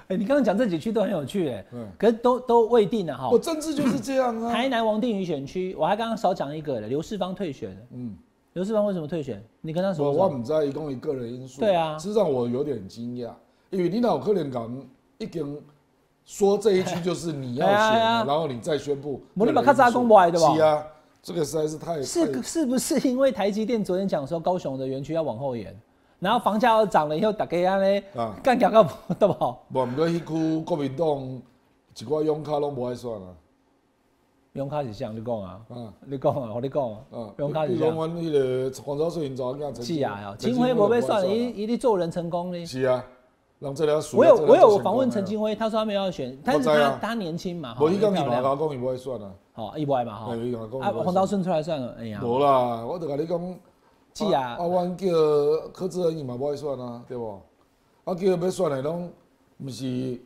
哎、你刚刚讲这几区都很有趣哎、
嗯
可是都都未定啊了哈
我。哦政治就是这样啊。
台南王定宇选区，我还刚刚少讲一个了，刘世芳退选了。
嗯，
刘世芳为什么退选？你跟他说
我
什么
我唔知伊讲伊个人因素。
对啊
事实上我有点惊讶，因为你哪有可能讲已经说这一句就是你要选
哎呀哎呀
了，然后你再宣布
无你
个人因素。
把较早讲无爱对吧
是啊，这个实在是太
是
太
是不是因为台积电昨天讲说高雄的园区要往后延，然后房价要涨了以后，大家安尼
啊
干掉个对不？
无毋过迄区国民党一寡勇卡拢无爱选啊。
用卡是像你讲啊，
啊
你讲啊，我你讲啊
啊，，
用卡是
比如讲
像。
阮迄个黄昭顺因查某囝陈
是啊
金
啊，秦晖无被算，一一定做人成功呢。
啊是啊，人让这条输。
我有
这条
我有
就
访问陈
成功
金辉，他说他没有要选，但是
我知
他
啊
他年轻嘛，
了。
哈
我一啊讲你
漂
嘛，
亮，
我讲你不会算啊，
好意外嘛哈
哎，，伊讲讲
啊
你不会
黄
算
道。顺出来算了，哎呀，
无啦，我就啊甲你讲，
是啊
啊，阮叫柯志恩伊嘛不爱选啊，对无？啊，叫要选的拢，毋是，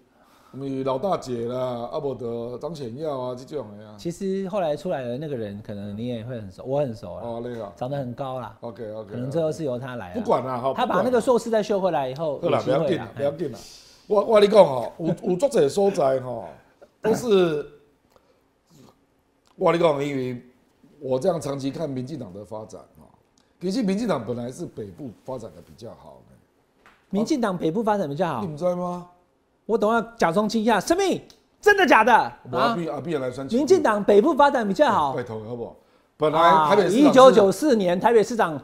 毋是老大姐啦，啊，无得张显耀啊，即种的啊。
其实后来出来的那个人，可能你也会很熟，我很熟了，
哦，你啊
长得很高啦，
，OK OK，
可能最后是由他来啊。
不管啦，吼，
他
哦不
把
管
那个硕士再修回来以后，
好
有
啦，
机
不要
会
紧
啦哎
啦，。不要紧啦。我我跟你讲吼，有有足侪所在吼，都是我跟你讲，因为我这样长期看民进党的发展吼，其实民进党本来是北部发展的比较好的，
民进党北部发展比较好
你，们知道吗？
我等下假装惊讶，生命真的假的
我阿
啊？
碧阿碧来选，
民进党北部发展比较好
拜。托好不好？本来
啊
台北市
一
长
九
是
九四年台北市长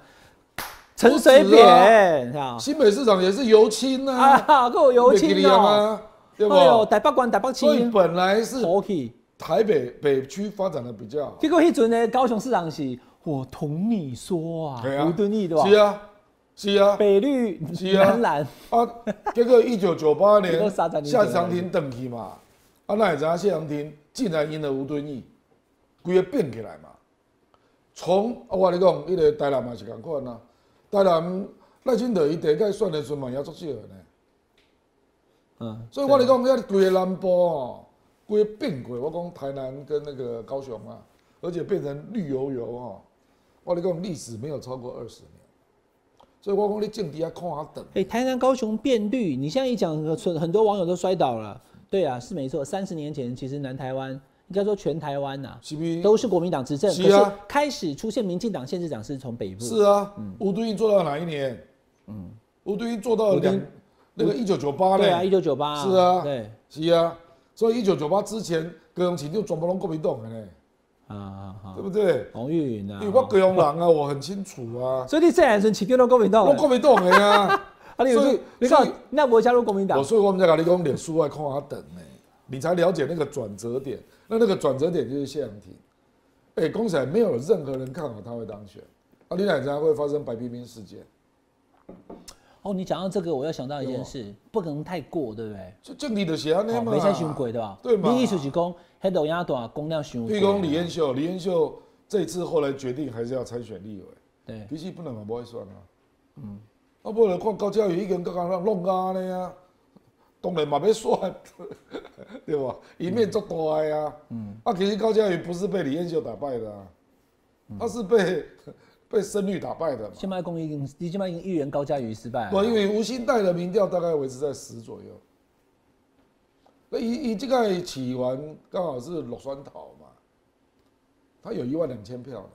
陈
不止
水
啊
扁，啊
新北市长也是由亲啊，
啊，够有
你
钱
记得
哦。
吗？对
哎呦，
不？
台北关台北
所以
市
本来是
火起，
台北北区发展的比较好。
结果迄阵的高雄市长是我同你说啊
对，啊
吴敦义对吧？
是啊，是啊，
北绿
是啊
南蓝，
啊，结果一九九八
(laughs) 结果
年
三十年
谢长廷登去嘛，啊，那也知道谢长廷竟然赢了吴敦义，规个变起来嘛。从啊，我跟你讲，迄、个台南嘛是共款啊，台南赖清德伊第一届选的时阵嘛也足少的呢，
嗯，
所以我跟你讲，遐规个南部哦，规个变过，我讲台南跟那个高雄啊，而且变成绿油油哦，我跟你讲历史没有超过二十年，所以我讲你政治要看下等。
哎、台南、高雄变绿，你现在一讲，很多网友都摔倒了。对啊，是没错。三十年前，其实南台湾应该说全台湾呐、
是不是
都是国民党执政，
是啊
可是开始出现民进党县市长是从北部，
是啊，
嗯
吴敦义做到哪一年？嗯，吴敦义做到
吴敦
两那个一九九八
对啊，一
呢？
九九八，
是啊
对
是啊，所以一九九八之前，高雄市就全部拢国民党的呢，
啊啊啊
对，不对？
王玉云啊
因为，我高雄人啊，我很清楚
(laughs)
啊，
所以你这两阵起丢到国民党
我
了，
国民党
(laughs)
的啊，
啊，你有
所以
说你
所
看
以
那我加入国民
我
党，
所以我们在跟你讲，脸书外看下等呢，你才了解那个转折点。那那个转折点就是谢长廷，哎、公仔没有任何人看好他会当选，啊，你哪知道会发生白冰冰事件？
哦，你讲到这个，我要想到一件事，不可能太过，对不对？
就政治的邪安
哦
尼啊嘛，
没太伤过对吧？
对嘛
你意思是讲，黑豆鸭大，啊公量伤
譬如讲李彦秀，李彦秀这一次后来决定还是要参选立委，
对，
其实本来嘛不会算啊。嗯，啊，不然看高嘉瑜一个人刚刚让弄啊尼啊，当然嘛要算， (laughs) 对吧？一面做大的啊。嗯，啊，其实高嘉瑜不是被李彦秀打败的啊，他是被 (laughs) 被声律打败的嘛。
现在公已经，你现在已经议员高嘉瑜失败了
不，因为吴兴代的民调大概维持在十左右。那一一这个起完刚好是陆酸桃嘛，他有一万两千票呢，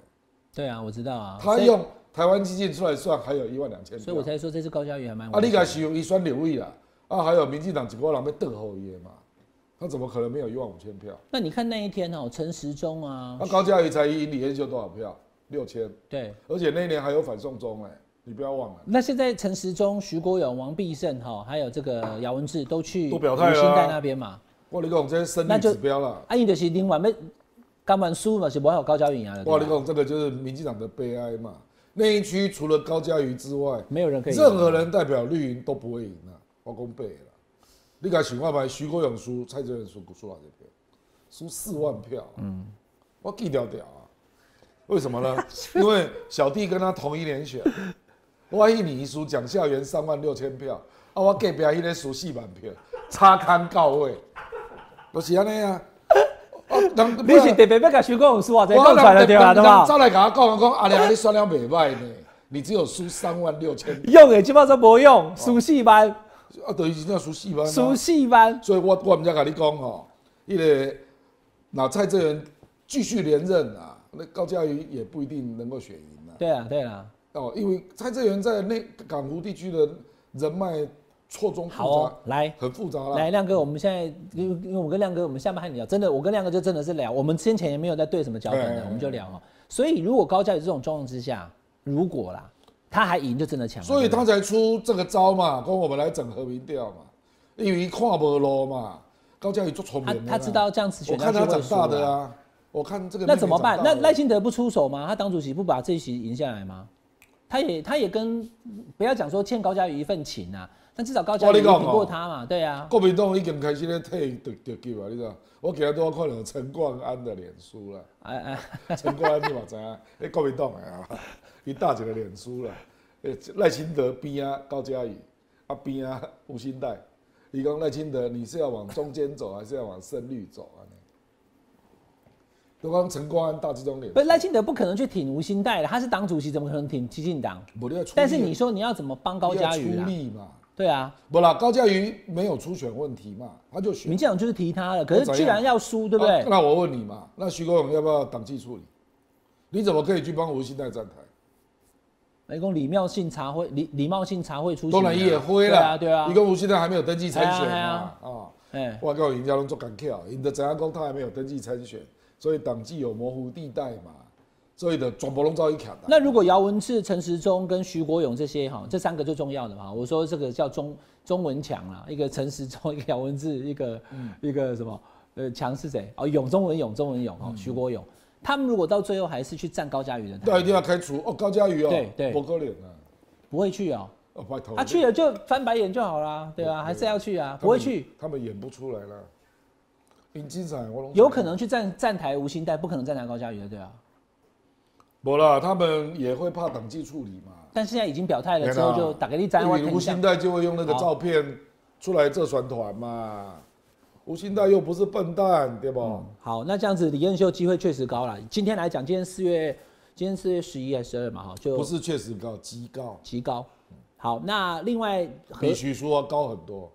对啊，我知道啊，
他
所以
用台湾基金出来算，还有一万两千票。
所以我才说这次高嘉瑜还蛮
啊，
危
你
险
敢使用一酸柳位啦，啊，还有民进党几个人被邓后爷嘛，他怎么可能没有一万五千票？
那你看那一天哦，陈时中啊
那、，高嘉瑜才赢李彦秀多少票？六千，
对，
而且那一年还有反送中哎、你不要忘了。
那现在陈时中、徐国勇、王必胜哈，还有这个姚文智都去
都表态了啊
新代那边嘛，
我跟你讲这些生
那
理
就
指标啦，
啊，因就是另外要甘完输嘛，是无好高嘉瑜赢了，
我
对
跟你
吧
讲这个就是民进党的悲哀嘛。那一区除了高嘉瑜之外，
没有人可以赢啊
任何人代表绿营都不会赢啊，我讲背了。你敢想看吧？徐国勇输，蔡哲元输，输多少票？输四万票、嗯，我记掉掉啊。为什么
(laughs)
呢？因为小弟跟他同一年选，万一你一输，蒋孝严三万六千票，啊，我隔壁迄个输四万票，差堪告位，就是安尼啊。啊人
(laughs) 你是特别要甲徐国勇输啊，才讲
我
出来就对了，对吧？
走来跟我讲，讲阿良，你算了袂歹呢，你只有输三万六千，
用的基本上无用，输四班，
啊，等于真正输四万啊。
输四班，
所以我我毋才甲你讲吼，迄、个那蔡正元继续连任啊，那高嘉瑜也不一定能够选赢啊。
对啊，对啊，
哦，因为蔡正元在内港湖地区的人脉错综复杂，
好哦，来。
很复杂啦。
来，亮哥，我们现在因为因为我跟亮哥，我们下半还聊，真的，我跟亮哥就真的是聊，我们先前也没有在对什么脚本
对
的，我们就聊哦。所以如果高嘉宇这种状况之下，如果啦，他还赢就真的强了。
所
对
以
不
他才出这个招嘛，跟我们来整合民调嘛，因为他看无路嘛。高嘉瑜做聪明
对
的啦
他他知道这样子
我
选下
看
去
他
会
长
输
大的
啦。
啊，我看这个
那怎么办？
妹妹
那
长大啊
赖
了
清德不出手吗？他党主席不把这一席赢下来吗？他也他也跟不要讲说欠高嘉瑜一份情啊，但至少高嘉
我
瑜
跟
比
你讲哦
过他嘛，对啊，
国民党已经开始咧退特特级啊，你知道？我今日都看了陈冠安的脸
(laughs)
书啦，
哎哎，
陈冠安你嘛知影， (laughs) 迄国民党诶啊，伊搭一个脸书啦，诶赖清德边啊高嘉宇，啊边啊吴兴代，伊讲赖清德你是要往中间走还是要往深绿走啊？都讲陈冠安搭这种脸，
不是赖清德不可能去挺吴兴代的，他是党主席，怎么可能挺激进党？
无你要出力，
但是你说你要怎么帮高嘉
你
瑜
要
啊
出？力嘛，
对啊，
不啦，高嘉瑜没有初选问题嘛，他就选
民进党就是提他了，可是
怎样
居然要输，对不
啊
对？
那我问你嘛，那徐国勇要不要党纪处理？你怎么可以去帮吴兴代站台？
来供礼貌性茶会，礼礼貌性茶会出席啊，
当然也会
对啊，
啦，
对啊
你，跟吴兴代还没有登记参选
哎
嘛，
呀
啊，
哎，
我告人家都做敢跳，你的怎样讲他还没有登记参选，所以党纪有模糊地带嘛，所以的转博龙照一卡的。
那如果姚文智、陈时中跟徐国勇这些哈，这三个最重要的嘛，我说这个叫中中文强啦，一个陈时中，一个姚文智，一个、
嗯
一个什么呃强是谁？哦，勇中文勇中文勇
嗯
哦，徐国勇，他们如果到最后还是去站高嘉瑜的
那
台
一，定要开除哦，高嘉瑜哦，
对对
博哥脸啊，
不会去哦，
哦拜托，
他、去了就翻白眼就好啦，对啊，还是要去啊，不会去，
他们，他们演不出来了。林金彩，我拢
有可能去站站台吴兴代，不可能站台高嘉瑜的，对啊。
无啦，他们也会怕党纪处理嘛。
但是现在已经表态了之后，就打给你站
因
我哦
为
跟
吴
你讲
兴代就会用那个照片出来这船团嘛。吴兴代又不是笨蛋，对不？
好，那这样子李彦秀机会确实高了。今天来讲，今天四月，今天四月十一还是十二嘛，哈，就
不是确实高，极高，
极高。好，那另外何
比许淑华高很多。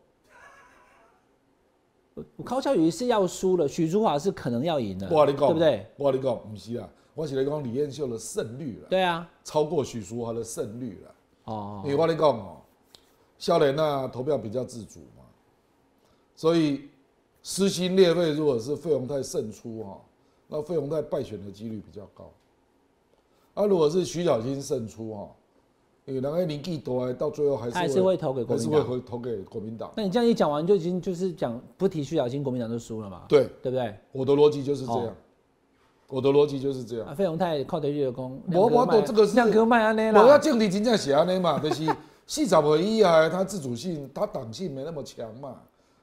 高孝宇是要输了，许淑华是可能要赢的，
我跟你讲，
嗯对不对？？
我跟你讲，不是啊，我是来讲李彦秀的胜率了，
对啊，
超过许淑华的胜率了。
哦，
因为我跟你讲哦，少年啊投票比较自主嘛，所以撕心裂肺，如果是费鸿泰胜出哈、那费鸿泰败选的几率比较高。啊，如果是徐小新胜出哈、因为人家年纪大，到最后还是
他还是会投给国民
还是
党
会回投给国民党。
那你这样一讲完，就已经就是讲不提徐小清，国民党就输了嘛，
对，
对不对？
我的逻辑就是这样，
哦
我的逻辑就是这样。
啊，费鸿泰靠德月攻，
我我懂这个是
亮哥麦安内
我要
啦，
政治真正是安尼嘛， (laughs) 就是四十回以啊，他自主性、他党性没那么强嘛，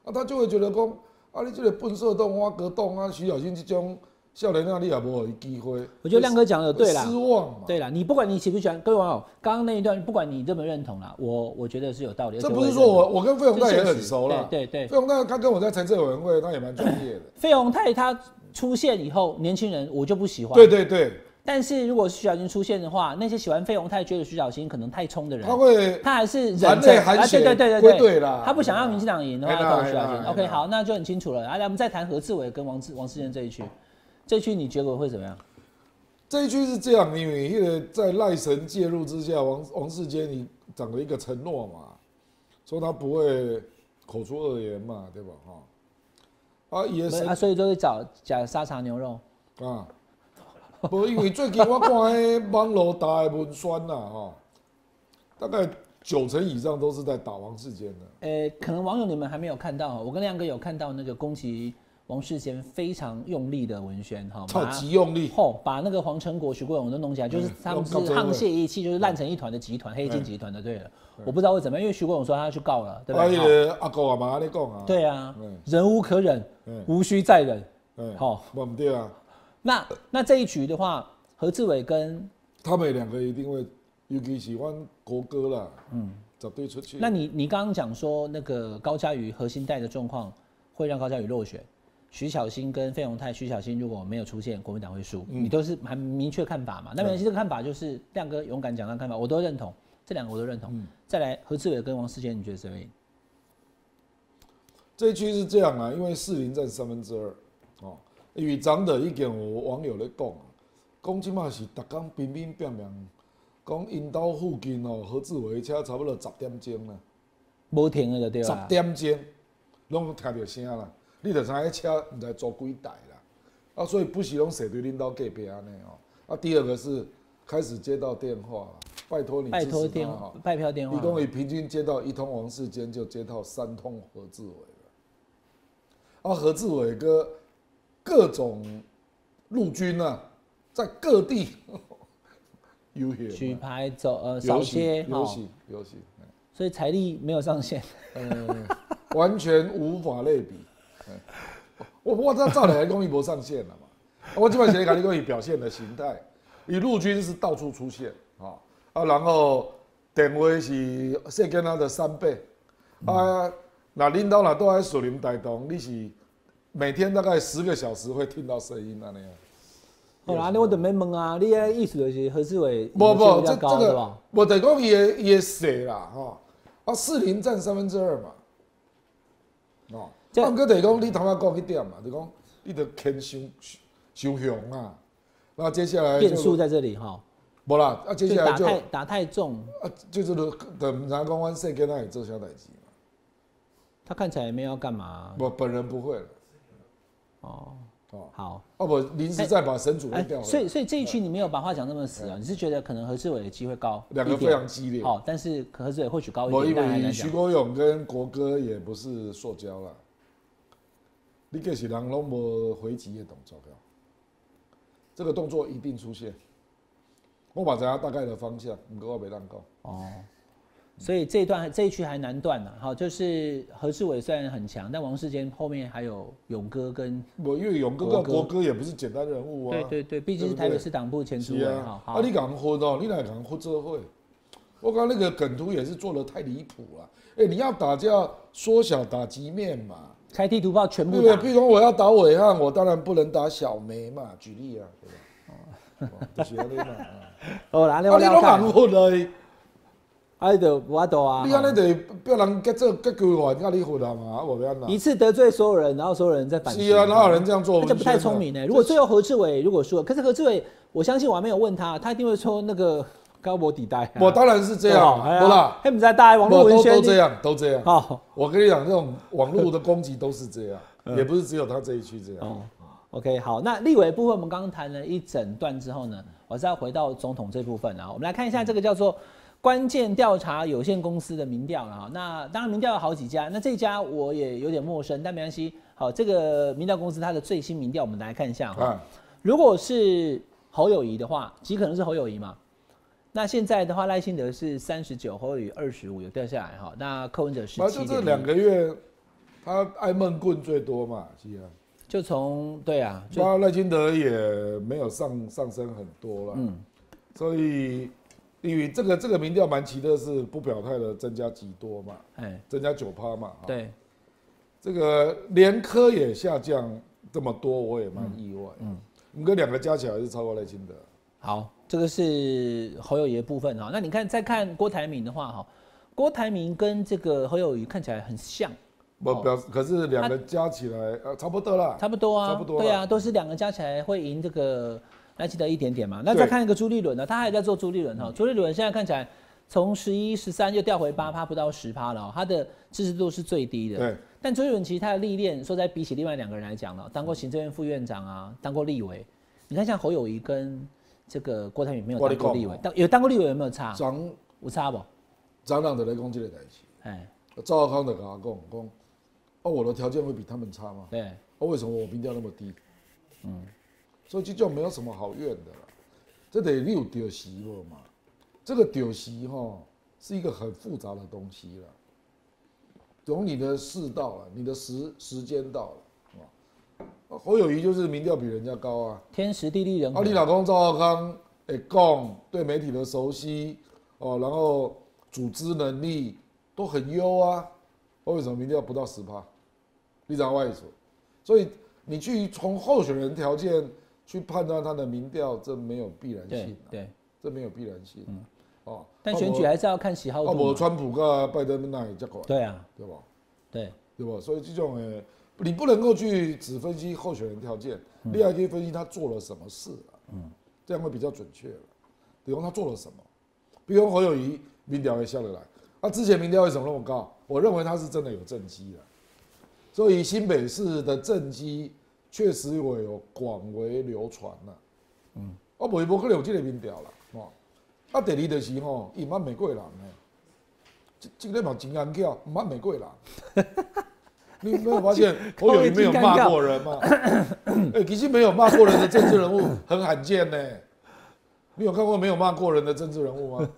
啊，他就会觉得讲，啊，你这个笨色洞、挖格洞啊，徐小新这种少年啊，你也无给机会。
我觉得亮哥讲的对啦
会失。望嘛。
对啦，你不管你喜不喜欢，各位网友，刚刚那一段，不管你认不认同啦，我我觉得是有道理。
这
而且
不是
也
说
认同
我我跟费鸿泰也很熟
了，
啦，
对对对，
费鸿泰他跟我在财政委员会，他也蛮专业的。
费鸿泰他出现以后，年轻人我就不喜欢。
对。对对，
但是如果徐小新出现的话，那些喜欢费鸿泰、觉得徐小新可能太冲的人
他，会
他还是忍
含
着
泪含血
啊，对对对
归
对
队啦
他不想让民进党赢的话，
哎啦
他投徐
哎
小
啦哎
新。
啦
OK，好，那就很清楚了。啊，来，我们再谈何志伟跟王志王世坚这一区，这一区你结果会怎么样？
这一句是这样，因为因为在赖神介入之下，王王世坚你讲了一个承诺嘛，说他不会口出恶言嘛，对吧？哈，啊，也
不
是
是啊，
啊
所以就会找假沙茶牛肉。
不因为最近我看迄网络打的文宣呐、啊，哈，大概九成以上都是在打王世坚的。
呃，可能网友你们还没有看到哈，我跟亮哥有看到那个攻击王世坚非常用力的文宣哈，
超
把他
级用力，
后把那个黄成国、徐国勇都弄起来，啊就是他们是沆瀣一气，就是烂成一团的集团，黑金集团的，对了。我不知道会怎么样，因为徐国勇说他要去告了，对
啊，迄
吧？好
个阿公阿妈咧讲啊，
对啊
嗯，
忍无可忍
嗯，
无需再忍。
嗯，
好
嘛不对啊，
那那这一局的话，何志伟跟
他们两个一定会，尤其喜欢国歌啦，嗯，绝对出去。
那你你刚刚讲说那个高嘉瑜核心带的状况会让高嘉瑜落选，徐小新跟费鸿泰，徐小新如果没有出现，国民党会输，
嗯
你都是很明确看法嘛？那没关系，这个看法就是亮哥勇敢讲他看法，我都认同，这两个我都认同。
嗯
再来何志伟跟王世坚，你觉得谁会赢？
这一区是这样啊，因为士林占三分之二，哦，因为长的一点有网友咧讲啊，讲即嘛是逐工乒乒乓乓，讲因兜附近哦，何志伟的车差不多十点钟啦，
没停了就对啊
十
了。
点钟，拢听到声啦，你就知影迄车毋知租几台啦，啊，所以不时拢坐对恁兜隔壁安尼哦，啊，第二个是开始接到电话啦，拜托你
拜
支
托
持他
电
哈、哦，
拜票电
一共
话，
也平均接到一通王世坚就接到三通何志伟了。啊，何志伟哥 (laughs) 各种陆军啊，在各地悠闲嘛
举牌走呃扫
游戏
街
游
哈，
戏游戏，嗯
所以财力没有上限。
(laughs) 呃， (laughs) 完全无法类比。 (laughs) 哎我我这照理来讲，伊无上限了嘛。我基本上讲，你讲伊表现的形态，伊陆军是到处出现啊、啊，然后电话是世间他的三倍啊。那领导若都在树林带动，你是每天大概十个小时会听到声音啊那样。
好啦，那我等没蒙啊，你的意思就是何志伟
不
人气
不，
比较
这这
高是
个呃
吧？
我得讲也也死啦哈，啊四零占三分之二嘛，哦，
这
啊，毋过得讲你头先讲迄点嘛，就讲你得牵伤伤雄啊，那接下来就
变数在这里哈，
无啦，啊接
就
下来
打
就
太
啊
打太重，
就是等南公湾世跟那里做小代志嘛，
他看起来也没有要干嘛
我本人不会了，
哦。
哦，
好，
啊我临时再把神主任
哎
调，回
所
来
以，所以这一区你没有把话讲那么死啊，你是觉得可能何志伟的机会高一点，
两个非常激烈，
好，但是何志伟或许高
我
一
因
点，但很
为
难
徐
讲。
国勇跟国歌也不是塑胶啦，你计是人拢无回击的动作了，这个动作一定出现。我把知影大概的方向，唔过我袂当讲。
哦，所以这一段这一区还难断呢、好，就是何志伟虽然很强，但王世坚后面还有勇哥跟
我因为勇哥
国
跟
歌
国歌也不是简单人物啊。
对对对，毕竟是
对不对
台北市党部前主
是
委
啊
哈。，好
啊，你敢混哦，你哪敢混这会？我刚那个梗图也是做的太离谱了。哎、你要打架，缩小打击面嘛。
开地图炮全
对
部
不对？
打
譬，如说我要打伟汉，我当然不能打小梅嘛，举例啊，对吧？哦，就是安尼嘛。啊，
哦，然
你
后
拢
了
硬混嘞，
哎的我懂啊，
你
好
安尼就不人结这结局完，甲你混啊嘛，啊我不要拿
一。次得罪所有人，然后所有人再反击。
是啊，哪有人这样做
那
文
这
宣啊？
不太聪明呢、欸如果最后何志伟如果输了，可是何志伟，我相信我还没有问他，他一定会说那个高博底带、啊。哦哎
我当然是这样，不啦，
他们在大爱网络
我
文
都
宣哦
都这样，都这样。
好。
我跟你讲，这种网络的攻击都是这样，也不是只有他这一区这样。
哦，OK，好，那立委部分我们刚刚谈了一整段之后呢，我是要回到总统这部分啊。我们来看一下这个叫做关键调查有限公司的民调了哈。那当然民调有好几家，那这家我也有点陌生，但没关系。好，这个民调公司它的最新民调，我们来看一下哈。
啊，
如果是侯友谊的话，极可能是侯友谊嘛。那现在的话，赖清德是三十九，侯友谊二十五，有掉下来哈。那柯文哲十
反
七
正啊就这两个月，他挨闷棍最多嘛，是啊。
就从对啊，就
那赖清德也没有上上升很多了，嗯，所以因为这个这个民调蛮奇特，是不表态的增加几多嘛，
哎
增加九趴嘛，哈，
对。
这个连科也下降这么多，我也蛮意外，嗯，你跟两个加起来还是超过赖清德，
好，这个是侯友谊的部分哈。那你看，再看郭台铭的话哈，郭台铭跟这个侯友谊看起来很像，
我
哦啊
表示可是两个加起来呃差不多啦，
差不多啊，
差不多啦
对啊，都是两个加起来会赢这个赖清德一点点嘛。那
对嗯
再看一个朱立伦呢，啊他还在做朱立伦哈，朱立伦现在看起来从十一十三又掉回八趴，不到十趴了哦，他的支持度是最低的。
对，
但朱立伦其实他的历练，说在比起另外两个人来讲呢，当过行政院副院长啊，当过立委，你看像侯友谊跟这个郭台铭没有
我跟
当过
你讲
立委
哦，啊
当有当过立委有没有差？
长
有差不？
长长的来讲这个代志，
哎，
赵少康的跟他讲讲，哦，我的条件会比他们差吗？
对，
啊，为什么我民调那么低？嗯，所以这就没有什么好怨的了。这得你有丢席了嘛？这个丢席哈是一个很复杂的东西了。从你的事到了，你的时时间到了啊。侯友谊就是民调比人家高啊。
天时地利人
啊，
和。
你老公赵浩康诶，共对媒体的熟悉哦，然后组织能力都很优啊，为什么民调不到十趴？你讲外说，所以你去从候选人条件去判断他的民调，这没有必然
对
性、啊，
对，
这没有必然性、啊。哦，
但选举还是要看喜好
啊，
度
我
嘛。
川普跟拜登那也结果，
对啊，
对吧？
对，
对吧？所以这种诶，你不能够去只分析候选人条件，你还可以分析他做了什么事、啊，嗯，这样会比较准确了。啊比如他做了什么，比如侯友谊民调也下得来，啊，之前民调为什么那么高？我认为他是真的有政绩的，所以新北市的政绩确实我有广为流传了、嗯，啊，不不可能有这个民调啦，哦，啊，第二就是吼，伊捌美国人呢，这这个嘛真难巧，毋捌美国人。你没有发现侯友谊没有骂欸过人吗？哎、其实没有骂过人的政治人物很罕见呢、你有看过没有骂过人的政治
(laughs)
人物吗？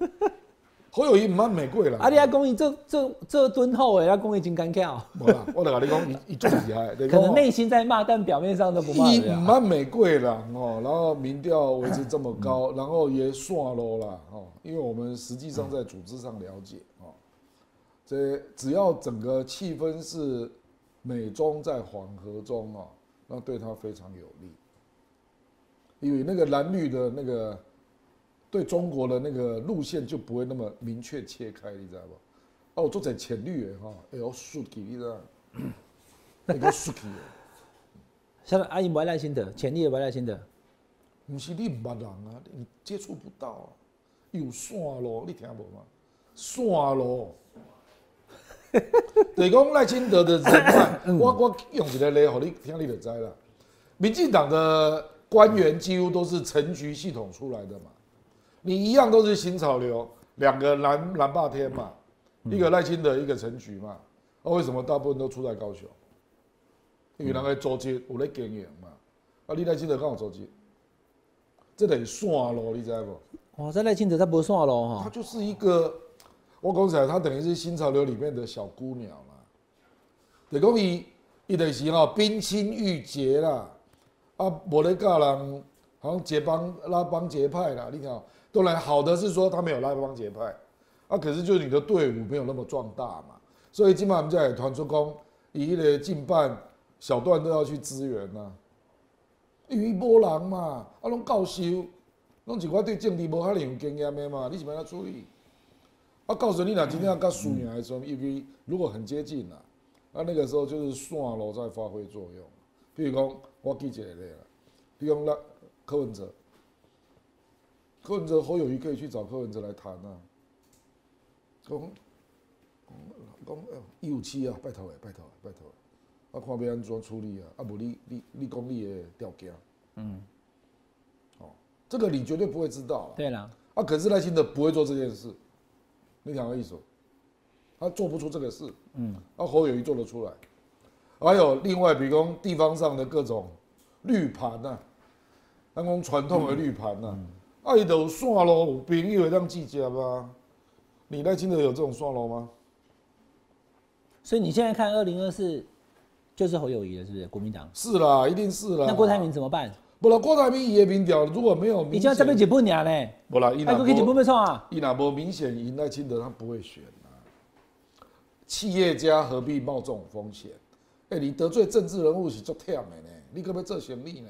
侯友谊唔骂玫瑰啦，
啊，你阿公益这这这敦厚诶，阿公益真干跳，
无啦，我来跟你讲，伊伊最厉害，可
可能内心在骂，但表面上都不骂
啊伊
人啊。
唔蛮玫瑰啦，哦，然后民调维持这么高，
嗯
然后也算咯啦，哦，因为我们实际上在组织上了解，哦，这只要整个气氛是美中在缓和中哦，那对他非常有利，因为那个蓝绿的那个对中国的那个路线就不会那么明确切开，你知道不？哦，做在浅绿的哈，哎呦，竖起你知道吗，那个竖起的。
像阿姨不爱赖心德，潜力也不爱赖心德，
唔是你唔捌人啊，你接触不到啊，有线路，你听无吗？线路， (laughs) 就是讲赖清德的人脉，我我用一个例，互你听，你就知啦。民进党的官员几乎都是陈局系统出来的嘛，你一样都是新潮流，两个蓝蓝霸天嘛，一个赖清德，一个陈局嘛，那、为什么大部分都出在高雄？因为人个组织有咧经营嘛，啊，你赖清德敢有组织？这等于线路，你知无？
哇，这赖心德他不算哦喽
她
哈。
就是一个，我讲起来，她等于是新潮流里面的小姑娘啦。就讲伊，伊就是吼冰清玉洁啦，啊，无咧教人好像结帮拉帮结派啦，你看，哦当然好的是说他没有拉帮结派，啊，可是就你的队伍没有那么壮大嘛，所以今晚我们在团出工，伊的近半小段都要去支援呐、啊，因为波人嘛，啊，拢教授。拢是我对政治无遐尼有经验的嘛，你是要怎处理？啊，告诉你啦，今天甲输赢的时候，因为如果很接近啦，啊，那个时候就是线路在发挥作用。比如讲，我记一个例啦，比如讲那柯文哲，柯文哲侯友谊可以去找柯文哲来谈啊，讲讲讲一五七啊，拜托诶，拜托诶，拜托诶，啊，看要安怎处理啊，啊，无你你你讲你的条件，嗯，哦，这个你绝对不会知道啦。
对啦，
啊，可是赖清德不会做这件事，你两个意思，他做不出这个事，嗯，啊侯友谊做得出来，还有另外比如讲地方上的各种绿盘呐、啊，咱讲传统的绿盘呐、啊，
嗯
啊伊就有线路有朋友让计较啊，你赖清德有这种线路吗？
所以你现在看二零二四，就是侯友谊了，是不是？国民党。
是啦，一定是啊啦。
那郭台铭，怎么办？
不啦，郭台铭伊的民调如果没有
你
明
就要这边
显，
几步娘呢？
不啦，伊
哎，
若
过去几
无
步没错啊。
伊若无明显赢赖清德，他不会选啊。企业家何必冒这种风险？哎、你得罪政治人物是足忝的呢，你可不可以做行李呢？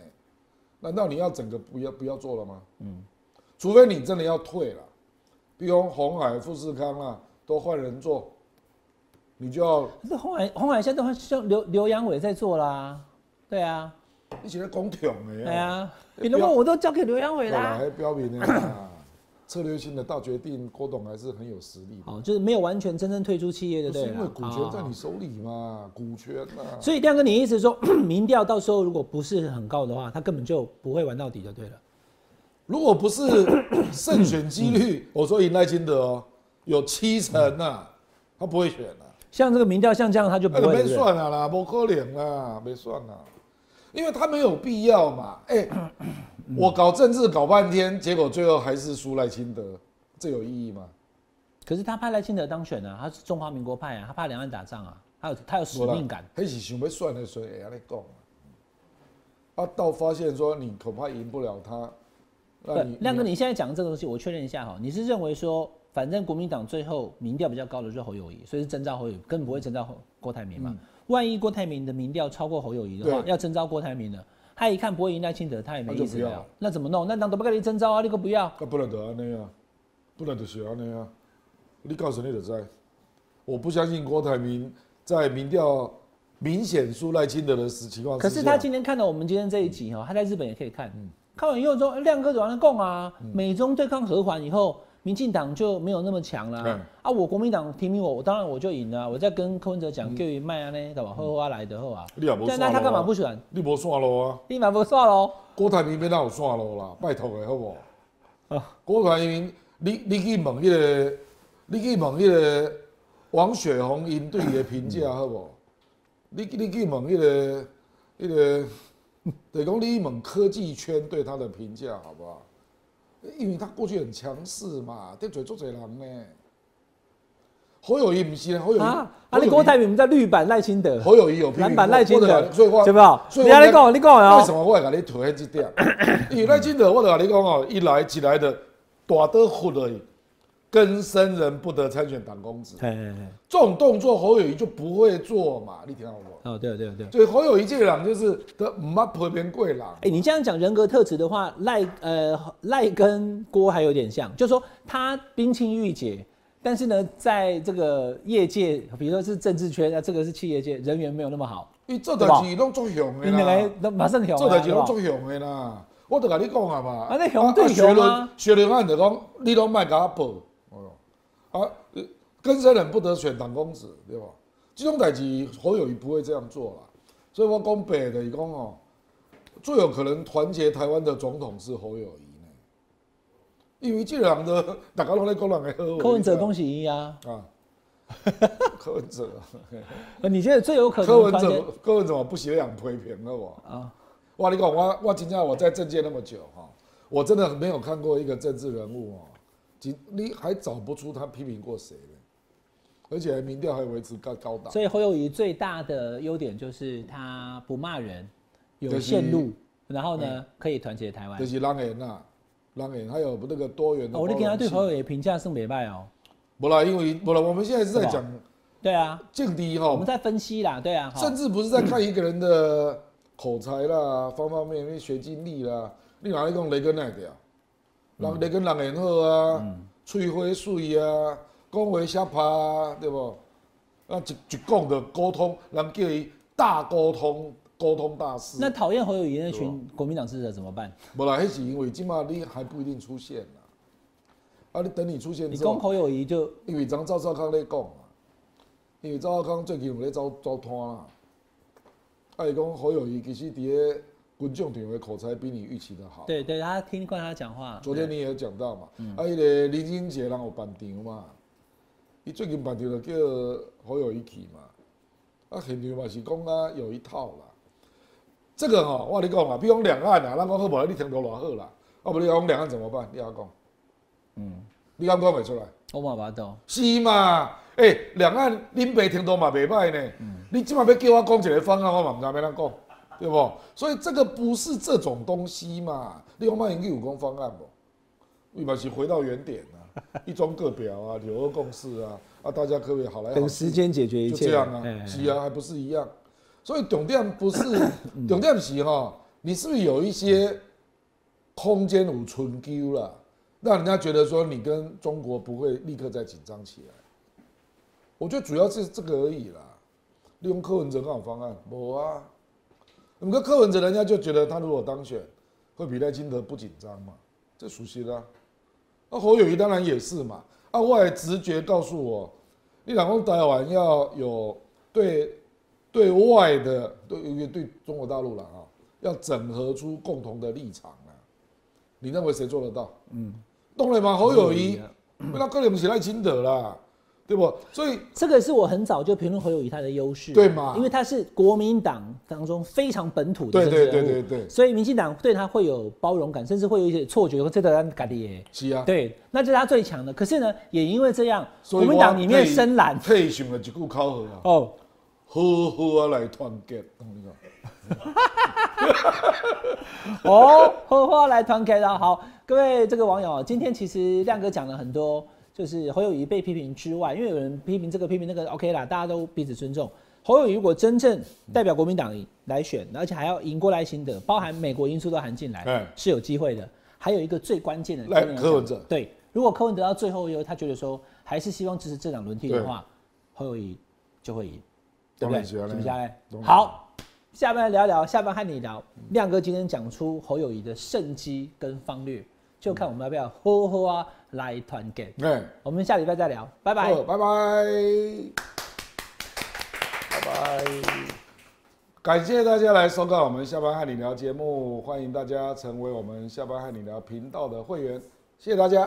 难道你要整个不要不要做了吗？嗯，除非你真的要退了，比如红海、富士康啊，都换人做，你就要
这红海红海现在都像刘刘阳伟在做啦，对啊，
一起来拱挺的
对啊，你如果我都交给刘阳伟
本来
啦。
还标明
(coughs)
呢、啊，策略性的大决定，郭董还是很有实力的。
好，哦就是没有完全真正退出企业，对
不
不
是
对
因为
了？
股权在
哦
你手里嘛，股权嘛、啊。
所以亮哥，你意思是说， (clears throat) 民调到时候如果不是很高的话，他根本就不会玩到底就对了。
如果不是胜选几
(coughs)
率，我说赢赖清德哦，有七成呐、啊，他不会选啊，
像这个民调像这样，他就不
那就
会。对
没
不对
算了啊啦，不可能啦，没算啦，因为他没有必要嘛。哎、
嗯
我搞政治搞半天，结果最后还是输赖清德，这有意义吗？
可是他派赖清德当选啊，他是中华民国派啊，他怕两岸打仗啊，他有他有使命感。
还是想要算的时候会安尼讲啊。啊，到发现说你恐怕赢不了他，那
对
你，
亮哥，你现在讲这个东西，我确认一下哈，你是认为说，反正国民党最后民调比较高的就是侯友谊，所以是征召侯友谊，根本不会征召侯郭台铭嘛？万一郭台铭的民调超过侯友谊的话，
嗯对
要征召郭台铭的，他一看不会赢赖清德，他也没
那就
意思
不要
了
了，
那怎么弄？那党都不给你征召啊，那个不要。
啊，不能就安尼啊，不能就是安尼啊。你告诉你就知，我不相信郭台铭在民调明显输赖清德的时情况之
可
下，
是他今天看到我们今天这一集哦哈，他在日本也可以看，嗯看完以后说哎亮哥怎么供啊？
嗯
美中对抗和缓以后，民进党就没有那么强了
嗯
啊。啊，我国民党提名我，我当然我就赢了啊。我在跟柯文哲
嗯
讲，叫伊卖啊呢，对吧？后花来的后啊。
你也无
对，
算
那他干嘛
咯
不选？
你无算咯啊？
立马不哦算喽。
郭台铭要哪有算咯啦？拜托的好不好？
啊
郭台铭，你你去问迄、个，你去问迄个王雪红因对伊的评价好不好？你你去问迄、个，迄、个，就是讲你去问科技圈对他的评价好不好？因为他过去很强势嘛，得罪做侪人呢。侯友谊不是啊，侯友谊
啊啊！
侯友
你
谊
郭台铭在绿版赖清德，
侯友谊有批评
蓝
过
版赖清
郭台
德，
铭所以我
对不对？
所以
你
我
啊，
才
你讲，你讲
为什
哦，
么我会甲你推荐这点？因为赖清德，我就甲你讲哦，一来一来的大刀阔了，根生人不得参选党公职，
嘿嘿嘿，
这种动作侯友谊就不会做嘛，你听到不？
哦，对对对。
所以侯友谊这个人就是他唔捌批评过人，
哎、你这样讲人格特质的话，赖呃赖跟郭还有点像，就是说他冰清玉洁，但是呢，在这个业界，比如说是政治圈，啊那、这个是企业界，人缘没有那么好，
伊做代志拢做凶的
你两
啦
个，都马 (laughs) 上调
做代志拢
了。
做凶的啦。我就甲你讲啊嘛，
啊啊那凶对凶啊
学伦案就讲，你拢卖甲我报，哦，啊，呃跟生人不得选党公子，对吧？这种代志侯友谊不会这样做啦，所以我讲白的，伊讲哦，最有可能团结台湾的总统是侯友谊呢，因为这个人的大家拢在讲人的好话。
柯文哲
你知道
恭喜你啊！ (laughs)
啊，柯文哲，啊
呃你觉得最有可能
柯文
团结
哲，柯文哲我不写两批评了我。
啊？
哇，你讲我我真正我在政界那么久哈，我真的没有看过一个政治人物哦，你你还找不出他批评过谁呢？而且民调还维持高高档，
所以侯友谊最大的优点就是他不骂人，有
就是哎
线路，然后呢、可以团结台湾
就。是让人呐，让人还有那个多元的
哦
包
我
容
就
性。
跟他对侯友谊评价是美败哦。
不啦，因为不啦，我们现在是在
是
讲
对啊，
政敌
我
哈
们，在分析啦，对啊。哈
甚至不是在看一个人的口才啦、方方面面、学经历啦。你哪里讲雷根那个啊？
嗯
人雷根人缘好啊，喙花水啊，讲话瞎拍啊，对不？啊，一一讲的沟通，人叫伊大沟通，沟通大师。
那讨厌侯友谊那群
啊
国民党支持者怎么办？
无啦，迄是因为今嘛你还不一定出现啦。啊，你等你出现
你
之
攻
后，
侯友谊就
因为张赵少康咧讲嘛，因为赵少康最近有咧走走摊啦。啊，伊讲侯友谊其实伫咧军政场的口才比你预期的好。
对对，他听惯他讲话。
昨天你也有讲到嘛，啊，迄个林俊杰人有办场嘛，啊伊最近办场就叫侯友谊去嘛，啊，现场嘛是讲啊有一套啦。这个吼、我跟你讲嘛，比如讲两岸啊，咱讲好无，你听到偌好啦，啊，无你讲两岸怎么办？你敢讲？嗯，你敢讲袂出来？
哦我马巴豆，
是嘛？诶、两岸恁北听到嘛袂歹呢。
嗯
你即马要叫我讲一个方案，我嘛毋知要怎讲，对不？所以这个不是这种东西嘛。你讲卖研究有讲方案无？伊嘛是回到原点
(laughs)
啊，一中各表啊，九二共识啊，啊，大家可以好来好去
等时间解决一
就
切。
这样啊
哎，
是啊，还不是一样。所以重点不是
嗯
重点是哈，你是不是有一些空间有存丢了，让人家觉得说你跟中国不会立刻再紧张起来？我觉得主要是这个而已啦。利用柯文哲刚好方案，我啊，你跟柯文哲，人家就觉得他如果当选，会比赖清德不紧张嘛，这熟悉的啊。啊，侯友谊当然也是嘛。啊，我的直觉告诉我，你老公台湾要有对对外的，对尤其对中国大陆了啊，要整合出共同的立场啊。你认为谁做得到？嗯，当然嘛，侯友谊，啊嗯那可能不是赖清德啦，对不？所以
这个是我很早就评论侯友谊他的优势，
对嘛
因为他是国民党当中非常本土的
对
政治
对
人物，
对对对，
所以民进党对他会有包容感，甚至会有一些错觉，这个人咖喱耶。
是啊。
对，那这是他最强的。可是呢，也因为这样，
所
国
以我
民党里面深
(laughs)
蓝
退想了一句口号啊，
哦，
好好啊来团结，我跟你讲
(laughs) 哦，荷花来团结了。好，各位这个网友，今天其实亮哥讲了很多，就是侯友谊被批评之外，因为有人批评这个批评那个，OK 啦，大家都彼此尊重。侯友谊如果真正代表国民党来选，而且还要赢过赖清德，包含美国因素都含进来
哎，
是有机会的。还有一个最关键的，
赖
真的要
柯文
讲
哲
对，如果柯文哲到最后一个他觉得说还是希望支持政党轮替的话，侯友谊就会赢，对
当
不对？
然
是
是啊
不是啊？
当然
好，下班来聊聊，下班和你聊。亮哥今天讲出侯友谊的胜机跟方略，就看我们要不要呵呵啊来团结。
哎，
我们下礼拜再聊，拜拜。
好拜拜，拜拜，感谢大家来收看我们下班和你聊节目，欢迎大家成为我们下班和你聊频道的会员，谢谢大家。